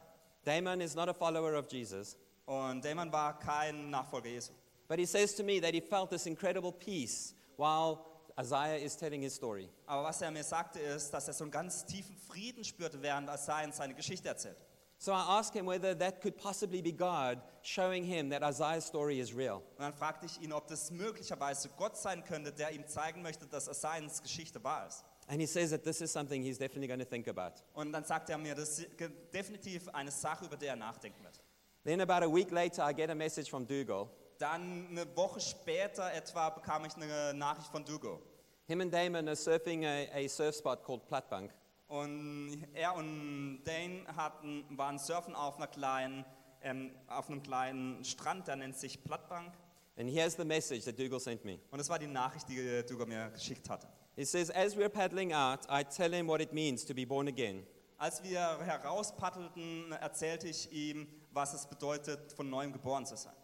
Damon is not a follower of Jesus, Und Neyman war kein Nachfolger Jesu. but he says to me that he felt this incredible peace while Isaiah is telling his story. Aber was er mir sagte, ist, dass er so einen ganz tiefen Frieden spürte, während Esai seine Geschichte erzählt. So I asked him whether that could possibly be God showing him that Isaiah's story is real. Und dann fragte ich ihn, ob das möglicherweise Gott sein könnte, der ihm zeigen möchte, dass Esaiens Geschichte wahr ist. And he says that this is something he's definitely going to think about. Und dann sagte er mir, das ist ge- definitiv eine Sache, über die er nachdenken wird. Then about a week later, I get a message from Dougal. Dann eine Woche später etwa bekam ich eine Nachricht von Dugo. Him and Damon are surfing a, a surf spot called Platbank. Und er und Dane hatten, waren surfen auf, einer kleinen, ähm, auf einem kleinen Strand, der nennt sich Plattbank. And here's the message that Dougal sent me. Und das war die Nachricht, die Dugo mir geschickt hatte. He says, As we're paddling out, I tell him what it means to be born again. Als wir herauspaddelten, erzählte ich ihm, was es bedeutet, von neuem geboren zu sein.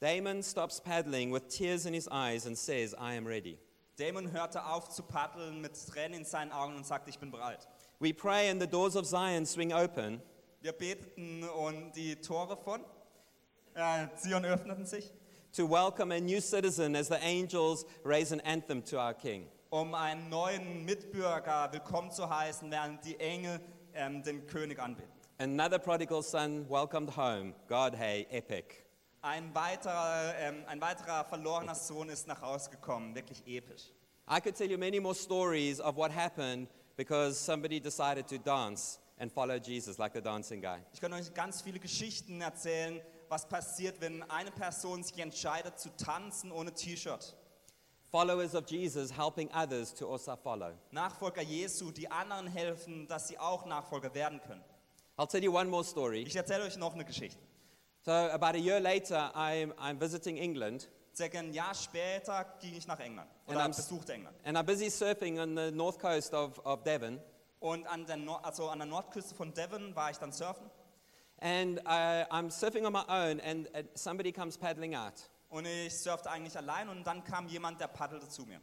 Damon stops paddling with tears in his eyes and says, I am ready. Damon hörte auf zu paddeln mit Tränen in seinen Augen und sagte, ich bin bereit. We pray, and the doors of Zion swing open, Wir beteten und die Tore von äh, Zion öffneten sich, to welcome a new citizen as the angels raise an anthem to our King. um einen neuen Mitbürger willkommen zu heißen, während die Engel ähm, den König anbeten. Another prodigal son welcomed home. God, hey, epic. Ein weiterer, ähm, ein weiterer verlorener Sohn ist nach Hause gekommen, wirklich episch. I could tell you many more stories of what happened because somebody decided to dance and follow Jesus, like the dancing guy. Ich könnte euch ganz viele Geschichten erzählen, was passiert, wenn eine Person sich entscheidet zu tanzen ohne T-Shirt. Followers of Jesus helping others to also follow. Nachfolger Jesu, die anderen helfen, dass sie auch Nachfolger werden können. I'll tell you one more story. Ich erzähle euch noch eine Geschichte. So, about a year later, I'm, I'm visiting England Circa ein Jahr später ging ich nach England And oder I'm- besuchte England. and I'm busy surfing on the north coast of, of Devon. Und an der, Nor- also an der Nordküste von Devon war ich dann surfen And uh, I'm surfing on my own, and uh, somebody comes paddling out. und ich surfte eigentlich allein und dann kam jemand, der paddelte zu mir.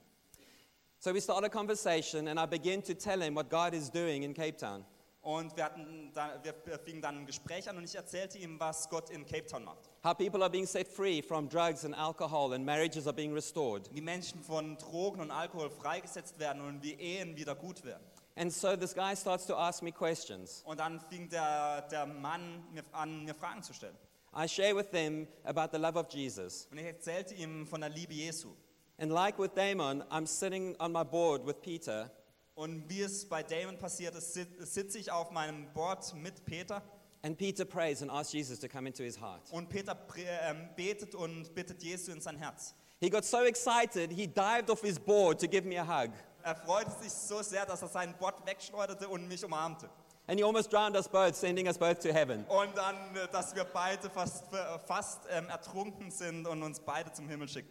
So we start a conversation, and I begin to tell him what God is doing in Cape Town. Und wir, hatten da, wir wir fingen dann ein Gespräch an und ich erzählte ihm, was Gott in Cape Town macht. How people are being set free from drugs and alcohol, and marriages are being restored. Wie Menschen von Drogen und Alkohol freigesetzt werden und wie Ehen wieder gut werden. And so this guy starts to ask me questions. Und dann fing der, der Mann mir an, mir Fragen zu stellen. I share with him about the love of Jesus. Und ich erzählte ihm von der Liebe Jesu. And like with Damon, I'm sitting on my board with Peter, Und wie es bei Damon passiert ist, sit- sitze ich auf meinem Board mit Peter and Peter prays and asks Jesus to come into his heart. und Peter pre- ähm, betet und bittet Jesu in sein Herz. He got so excited, he dived off his board to give me a hug. Er freute sich so sehr, dass er seinen Board wegschleuderte und mich umarmte. And he almost drowned us both, sending us both to heaven. Und dann, äh, dass wir beide fast, äh, fast ähm, ertrunken sind und uns beide zum Himmel schicken.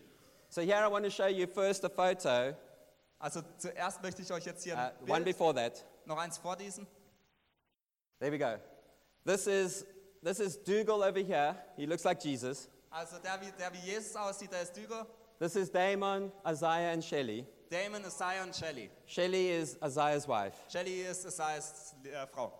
So here I want to show you first a photo, Also zuerst möchte ich euch jetzt hier uh, ein one Bild, before that. noch eins vorlesen. There we go. This is, this is Dougal over here. He looks like Jesus. Also der wie, der wie Jesus aussieht, der ist Düger. This is Damon, Isaiah, and Shelley. Damon, Isaiah und Shelley. Shelley is Isaiah's wife. Shelley ist Isaiahs äh, Frau.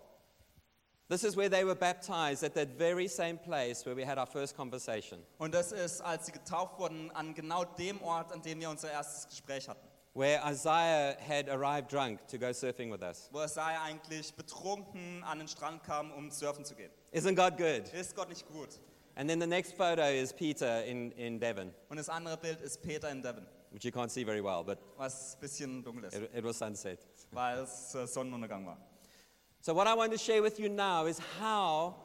This is where they were baptized at that very same place where we had our first conversation, Und das ist, als sie getauft wurden, an genau dem Ort, an dem wir unser erstes Gespräch hatten. where Isaiah had arrived drunk to go surfing with us. Wo Isaiah eigentlich betrunken an den Strand kam, um surfen zu gehen. Isn't God good? Ist Gott nicht gut? And then the next photo is Peter in, in Devon, Und das andere Bild ist Peter in Devon, which you can't see very well, but was ein bisschen dunkel ist, it, it was sunset. weil es äh, Sonnenuntergang war. So, what I want to share with you now is how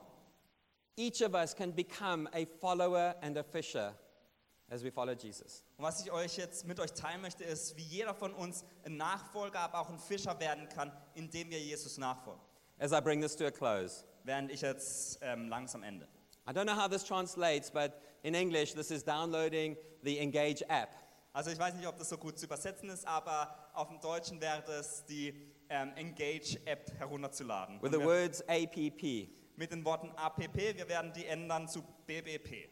each of us can become a follower and a fisher as we follow Jesus. Und was ich euch jetzt mit euch teilen möchte, ist, wie jeder von uns ein Nachfolger, aber auch ein Fischer werden kann, indem wir Jesus nachfolgen. As I bring this to a close, Während ich jetzt ähm, langsam ende. I don't know how this translates, but in English, this is downloading the Engage app. Also ich weiß nicht, ob das so gut zu übersetzen ist, aber auf dem Deutschen wäre das die ähm, Engage-App herunterzuladen. with Und the wir- words APP. mit den Worten APP, wir werden die ändern zu BBP.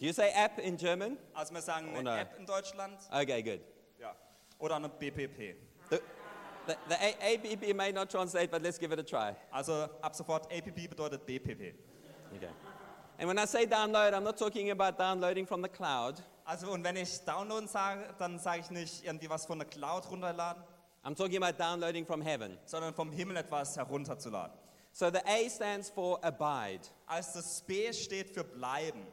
Do you say app in German? Also wir sagen eine Oh nein. App in Deutschland Okay, good. ja. oder eine BPP. The, the, the A- ABB may not translate, but let's give it a try. Also ab sofort APP bedeutet BPP. Okay. And when I say download, I'm not talking about downloading from the cloud. Also und wenn ich downloaden sage, dann sage ich nicht irgendwie was von der Cloud runterladen, I'm talking about downloading from heaven. sondern vom Himmel etwas herunterzuladen. So the A stands for abide. Als das B steht für bleiben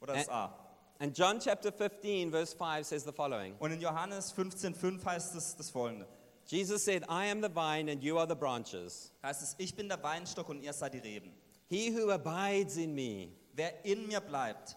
oder das Ä- A. And John chapter 15, verse 5 says the following Und in Johannes 15,5 heißt es das folgende. Jesus said, I am the vine, and you are the branches. Heißt es, ich bin der Weinstock und ihr seid die Reben. He who abides in me, Wer in mir bleibt,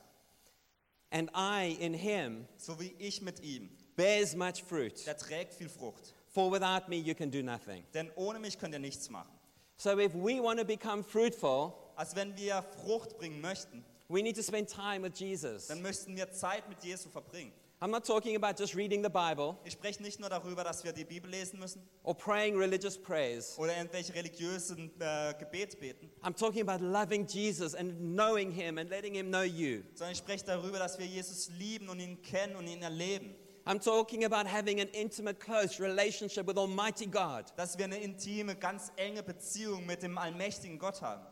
and I in him, so wie ich mit ihm, bears much fruit. der trägt viel Frucht. For without me, you can do nothing. Denn ohne mich könnt ihr nichts machen. So if we want to become fruitful, Also wenn wir Frucht bringen möchten, we need to spend time with Jesus. dann müssten wir Zeit mit Jesu verbringen. I'm not talking about just reading the Bible Ich spreche nicht nur darüber, dass wir die Bibel lesen müssen or praying religious prayers. oder irgendwelche religiösen äh, Gebet beten, I'm talking about loving Jesus and knowing him and letting him know you. sondern ich spreche darüber, dass wir Jesus lieben und ihn kennen und ihn erleben. I'm talking about having an intimate, close relationship with Almighty God. Dass wir eine intime, ganz enge Beziehung mit dem allmächtigen Gott haben.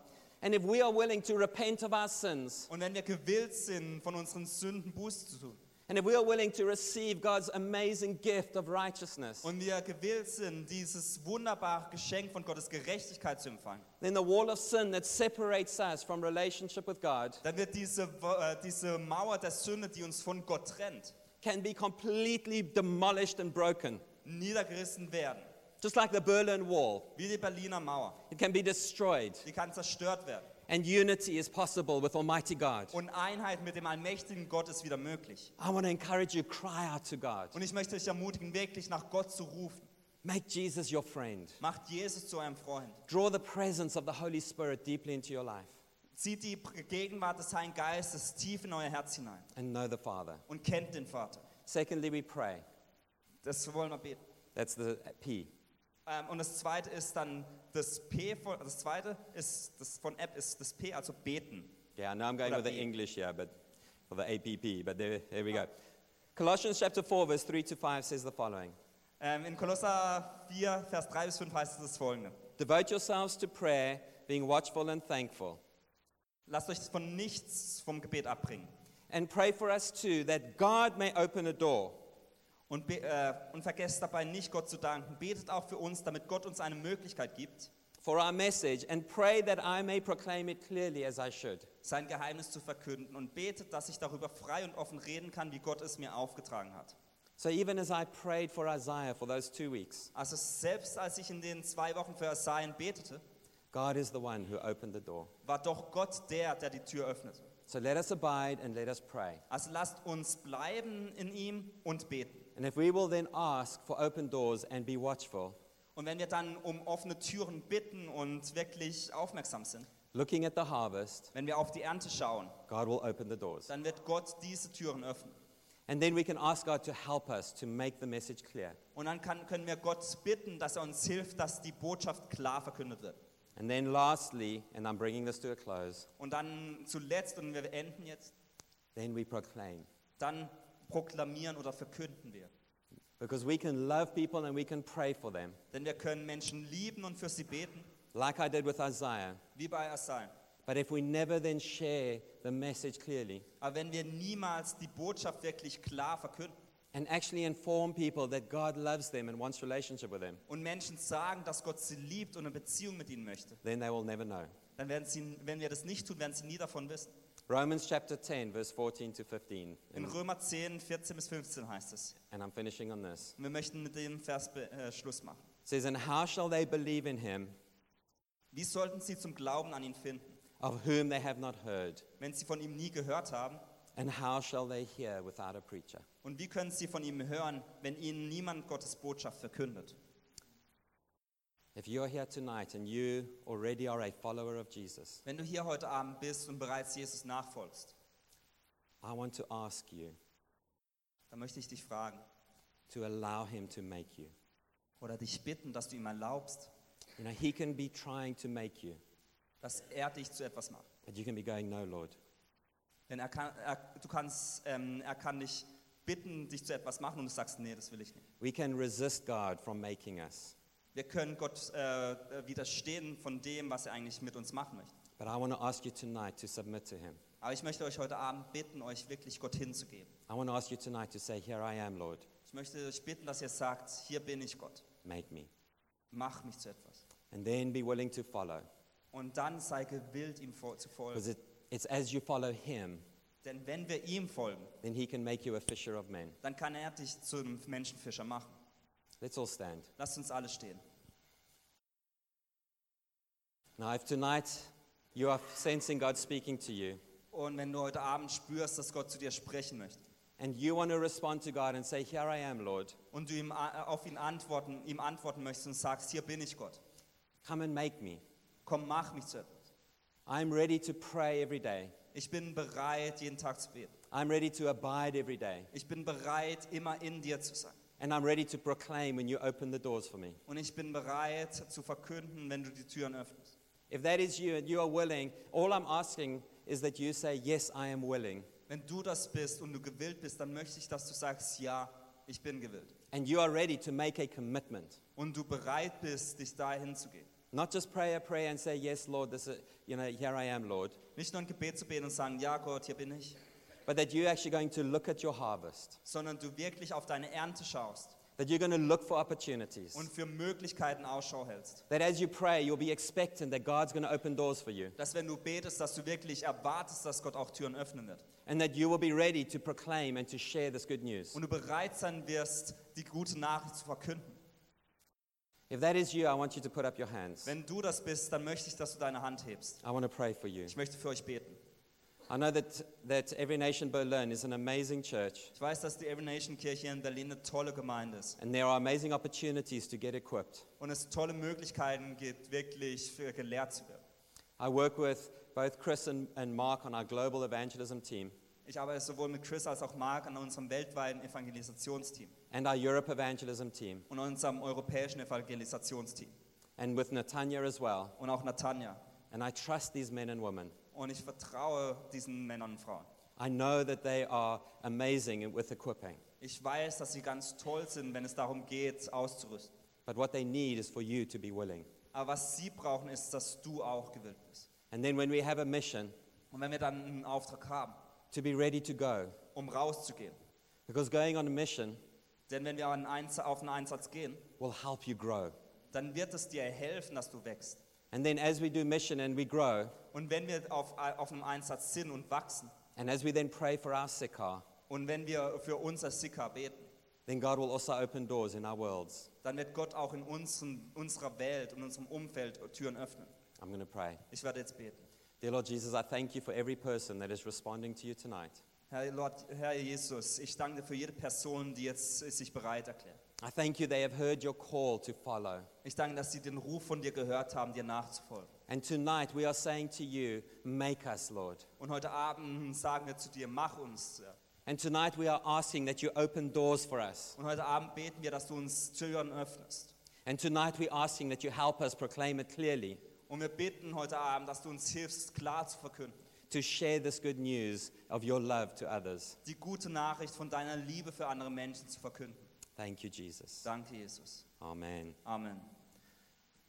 And if we are willing to repent of our sins, Und wenn wir gewillt sind, von unseren Sünden Buße zu tun, and if we are willing to receive God's amazing gift of righteousness, und wir gewillt sind, dieses wunderbare Geschenk von Gottes Gerechtigkeit zu empfangen, then the wall of sin that separates us from relationship with God dann wird diese, Wo- äh, diese Mauer der Sünde, die uns von Gott trennt, can be completely demolished and broken, niedergerissen werden. just like the Berlin Wall. Wie die Berliner Mauer. It can be destroyed, Die kann zerstört werden. and unity is possible with Almighty God. Und Einheit mit dem allmächtigen Gott ist wieder möglich. I want to encourage you, cry out to God. Und ich möchte euch ermutigen, wirklich nach Gott zu rufen. Make Jesus your friend. Macht Jesus zu eurem Freund. Draw the presence of the Holy Spirit deeply into your life Zieht die Gegenwart des Heiligen Geistes tief in euer Herz hinein and know the Father. und kennt den Vater. Secondly, we pray. Das wollen wir beten. That's the P. Ähm, und das zweite ist dann das P von, das zweite ist das von App ist das P, also beten. Yeah, I know I'm going Oder with the P. English here, but for the APP, but there, there we go. Colossians chapter 4, verse 3 to 5 says the following Ähm, in Kolosser 4, Vers 3 bis 5 heißt es das folgende. Devote yourselves to prayer, being watchful and thankful. Lasst euch von nichts vom Gebet abbringen. And pray for us too, that God may open a door Und, be, äh, und vergesst dabei nicht, Gott zu danken. Betet auch für uns, damit Gott uns eine Möglichkeit gibt, for our message, and pray that I may proclaim it clearly as I should. sein Geheimnis zu verkünden. Und betet, dass ich darüber frei und offen reden kann, wie Gott es mir aufgetragen hat. So even as I prayed for Isaiah for those two weeks, Also selbst als ich in den zwei Wochen für Asien betete, God is the one who opened the door. war doch Gott der, der die Tür öffnete. So let us abide and let us pray. Also lasst uns bleiben in ihm und beten. And if we will then ask for open doors and be watchful, Und wenn wir dann um offene Türen bitten und wirklich aufmerksam sind, looking at the harvest, wenn wir auf die Ernte schauen, God will open the doors. dann wird Gott diese Türen öffnen. And then we can ask God to help us to make the message clear. Und dann kann, können wir Gott bitten, dass er uns hilft, dass die Botschaft klar verkündet wird. And then lastly, and I'm bringing this to a close, Und dann zuletzt, und wir enden jetzt, then we proclaim. dann proklamieren oder verkünden wir. Because we can love people and we can pray for them, Denn wir können Menschen lieben und für sie beten, like I did with Isaiah. wie bei Asal. But if we never then share the message clearly Aber wenn wir niemals die Botschaft wirklich klar verkünden and actually inform people that God loves them and wants relationship with them, und Menschen sagen, dass Gott sie liebt und eine Beziehung mit ihnen möchte, then they will never know. dann werden sie, wenn wir das nicht tun, werden sie nie davon wissen. Romans chapter 10, verse 14 to 15. In And, Römer 10, 14 bis 15 heißt es. and I'm finishing on this. Und wir möchten mit dem Vers be- äh, Schluss machen. It says, And how shall they believe in him Wie sollten sie zum Glauben an ihn finden, of whom they have not heard? wenn sie von ihm nie gehört haben? And how shall they hear without a preacher? Und wie können sie von ihm hören, wenn ihnen niemand Gottes Botschaft verkündet? If you're here tonight and you already are a follower of Jesus, Wenn du hier heute Abend bist und bereits Jesus nachfolgst, I want to ask you dann möchte ich dich fragen to allow him to make you. oder dich bitten, dass du ihm erlaubst, You know, he can be trying to make you, dass er dich zu etwas macht. but you can be going, No, Lord, Wenn er kann, er, du kannst, ähm, er kann dich bitten, dich zu etwas machen und du sagst, nee, das will ich nicht. We can resist God from making us. Wir können Gott äh, widerstehen von dem, was er eigentlich mit uns machen möchte. But I want to ask you tonight to submit to Him. Aber ich möchte euch heute Abend bitten, euch wirklich Gott hinzugeben. I want to ask you tonight to say, Here I am, Lord, Ich möchte euch bitten, dass ihr sagt, hier bin ich Gott, make me. mach mich zu etwas. And then be willing to follow. Und dann sei gewillt, ihm vor- zu Because folgen. it, it's as you follow Him, Denn wenn wir ihm folgen, then He can make you a fisher of men. dann kann er dich zu einem Menschenfischer machen. Let's all stand. Lasst uns alle stehen. Now, if tonight you are sensing God speaking to you, Und wenn du heute Abend spürst, dass Gott zu dir sprechen möchte and you want to respond to God and say, Here I am, Lord, und du ihm a- auf ihn antworten, ihm antworten möchtest und sagst, hier bin ich Gott, come and make me. komm, mach mich zu etwas. I'm ready to pray every day. Ich bin bereit, jeden Tag zu beten. I'm ready to abide every day. Ich bin bereit, immer in dir zu sein. And I'm ready to proclaim when you open the doors for me. Und ich bin bereit zu verkünden, wenn du die Türen öffnest. If that is you and you are willing, all I'm asking is that you say, Yes, I am willing. Wenn du das bist und du gewillt bist, dann möchte ich, dass du sagst, ja, ich bin gewillt. And you are ready to make a commitment. Und du bereit bist, dich dahin zu gehen. Not just pray a prayer and say, Yes, Lord, this is, you know, here I am, Lord. Nicht nur ein Gebet zu beten und sagen, ja Gott, hier bin ich, But that you're actually going to look at your harvest, sondern du wirklich auf deine Ernte schaust that you're going to look for opportunities. und für Möglichkeiten Ausschau hältst. That as you pray, you'll be expectant that God's going to open doors for you. Dass wenn du betest, dass du wirklich erwartest, dass Gott auch Türen öffnen wird. And that you will be ready to proclaim and to share this good news. Und du bereit sein wirst, die gute Nachricht zu verkünden. If that is you, I want you to put up your hands. Wenn du das bist, dann möchte ich, dass du deine Hand hebst. I want to pray for you. Ich möchte für euch beten. I know that, that Every Nation Berlin is an amazing church, Ich weiß, dass die Every Nation Kirche hier in Berlin eine tolle Gemeinde ist and there are amazing opportunities to get equipped. und es tolle Möglichkeiten gibt, wirklich für gelehrt zu werden. I work with both Chris and, and Mark on our global evangelism team Ich arbeite sowohl mit Chris als auch Mark an unserem weltweiten Evangelisationsteam and our Europe evangelism team, und unserem europäischen Evangelisationsteam and with Natanya as well. und auch Natanja. And I trust these men and women. Und ich vertraue diesen Männern und Frauen. I know that they are amazing with equipping, Ich weiß, dass sie ganz toll sind, wenn es darum geht, auszurüsten. but what they need is for you to be willing. Aber was sie brauchen, ist, dass du auch gewillt bist. And then when we have a mission, Und wenn wir dann einen Auftrag haben, to be ready to go. um rauszugehen, Because going on a mission denn wenn wir an einen Einz- auf einen Einsatz gehen, will help you grow. dann wird es dir helfen, dass du wächst. And then as we do mission and we grow, Und wenn wir auf, auf einem Einsatz sind und wachsen and as we then pray for our Sikkar, und wenn wir für unser Sicker beten, then God will also open doors in our worlds. dann wird Gott auch in unseren, unserer Welt und unserem Umfeld Türen öffnen. I'm going to pray. Ich werde jetzt beten. Dear Lord Jesus, I thank you for every person that is responding to you tonight. Herr, Lord, Herr Jesus, ich danke dir für jede Person, die jetzt sich bereit erklärt. I thank you they have heard your call to follow. Ich danke, dass sie den Ruf von dir gehört haben, dir nachzufolgen. And tonight we are saying to you, make us, Lord. Und heute Abend sagen wir zu dir, mach uns. Herr. And tonight we are asking that you open doors for us. Und heute Abend beten wir, dass du uns Türen öffnest. And tonight we're asking that you help us proclaim it clearly, Und wir bitten heute Abend, dass du uns hilfst, klar zu verkünden. to share this good news of your love to others. Die gute Nachricht von deiner Liebe für andere Menschen zu verkünden. Thank you, Jesus. Danke, Jesus. Amen. Amen.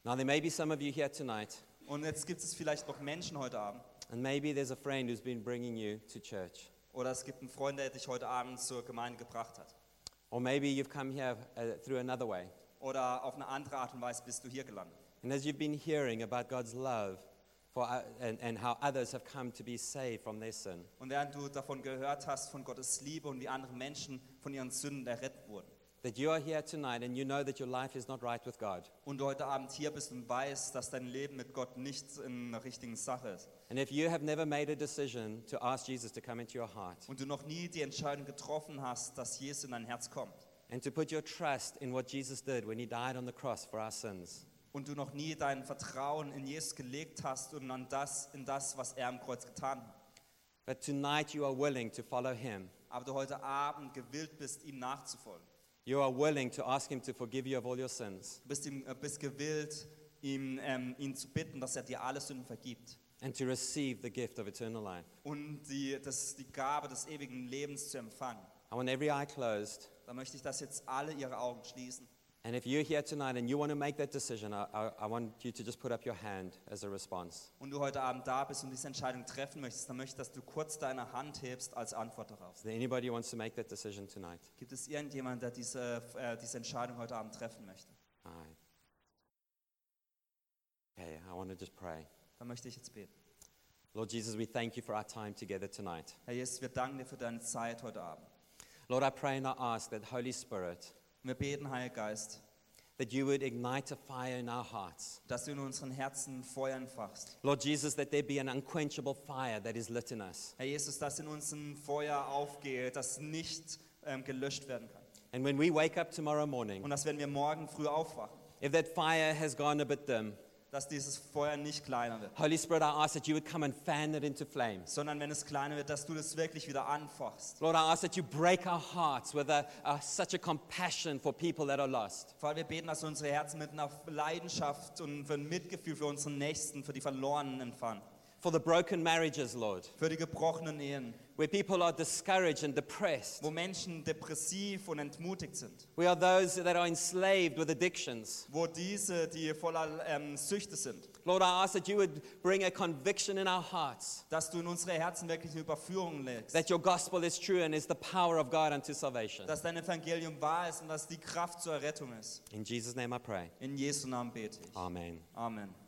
Now, there may be some of you here tonight, Und jetzt gibt es vielleicht noch Menschen heute Abend. and maybe there's a friend who's been bringing you to church. Oder es gibt einen Freund, der dich heute Abend zur Gemeinde gebracht hat. Or maybe you've come here uh, through another way. Oder auf eine andere Art und Weise bist du hier gelandet. And as you've been hearing about God's love for, uh, and, and how others have come to be saved from their sin, Und während du davon gehört hast, von Gottes Liebe und wie andere Menschen von ihren Sünden errettet wurden. that you are here tonight and you know that your life is not right with God. Und du heute Abend hier bist und weißt, dass dein Leben mit Gott nicht in der richtigen Sache ist. And if you have never made a decision to ask Jesus to come into your heart Und du noch nie die Entscheidung getroffen hast, dass Jesus in dein Herz kommt. and to put your trust in what Jesus did when he died on the cross for our sins, Und du noch nie dein Vertrauen in Jesus gelegt hast und an das, in das, was er am Kreuz getan hat. but tonight you are willing to follow him aber du heute Abend gewillt bist, ihm nachzufolgen. You are willing to ask Him to forgive you of all your sins Du bist, ihm, äh, bist gewillt, ihm, ähm, ihn zu bitten, dass er dir alle Sünden vergibt. and to receive the gift of eternal life. und die, das, die Gabe des ewigen Lebens zu empfangen. I want every eye closed. Da möchte ich, dass jetzt alle ihre Augen schließen. And if you're here tonight and you want to make that decision, I, I, I want you to just put up your hand as a response. Und du heute Abend da bist und diese Entscheidung treffen möchtest, dann möchte ich, dass du kurz deine Hand hebst als Antwort darauf. Is there anybody who wants to make that decision tonight? Gibt es irgendjemanden, der diese, äh, diese Entscheidung heute Abend treffen möchte? All right. Okay, I want to just pray. Dann möchte ich jetzt beten. Lord Jesus, we thank you for our time together tonight. Herr Jesus, wir danken dir für deine Zeit heute Abend. Lord, I pray and I ask that Holy Spirit, Und wir beten, Heiliger Geist, that you would ignite a fire in our hearts. dass du in unseren Herzen Feuer entfachst. Lord Jesus, that there be an unquenchable fire that is lit in us. Herr Jesus, dass in uns ein Feuer aufgeht, das nicht ähm, gelöscht werden kann. And when we wake up tomorrow morning, Und dass wenn wir morgen früh aufwachen, if that fire has gone a bit dim, dass dieses Feuer nicht kleiner wird, Holy Spirit, I ask that you would come and fan it into flames. sondern wenn es kleiner wird, dass du das wirklich wieder anfachst. Lord, I ask that you break our hearts with a, a, such a compassion for people that are lost. Vor allem wir beten, dass du unsere Herzen mit einer Leidenschaft und für ein Mitgefühl für unseren Nächsten, für die Verlorenen empfangen, For the broken marriages, Lord, für die gebrochenen Ehen, where people are discouraged and depressed. wo Menschen depressiv und entmutigt sind, We are those that are enslaved with addictions. wo diese, die voller ähm, Süchte sind, Lord, I ask that you would bring a conviction in our hearts dass du in unsere Herzen wirklich eine Überführung legst, that your gospel is true and is the power of God unto salvation. dass dein Evangelium wahr ist und dass die Kraft zur Errettung ist. In Jesus' name I pray. In Jesu Namen bete ich. Amen. Amen.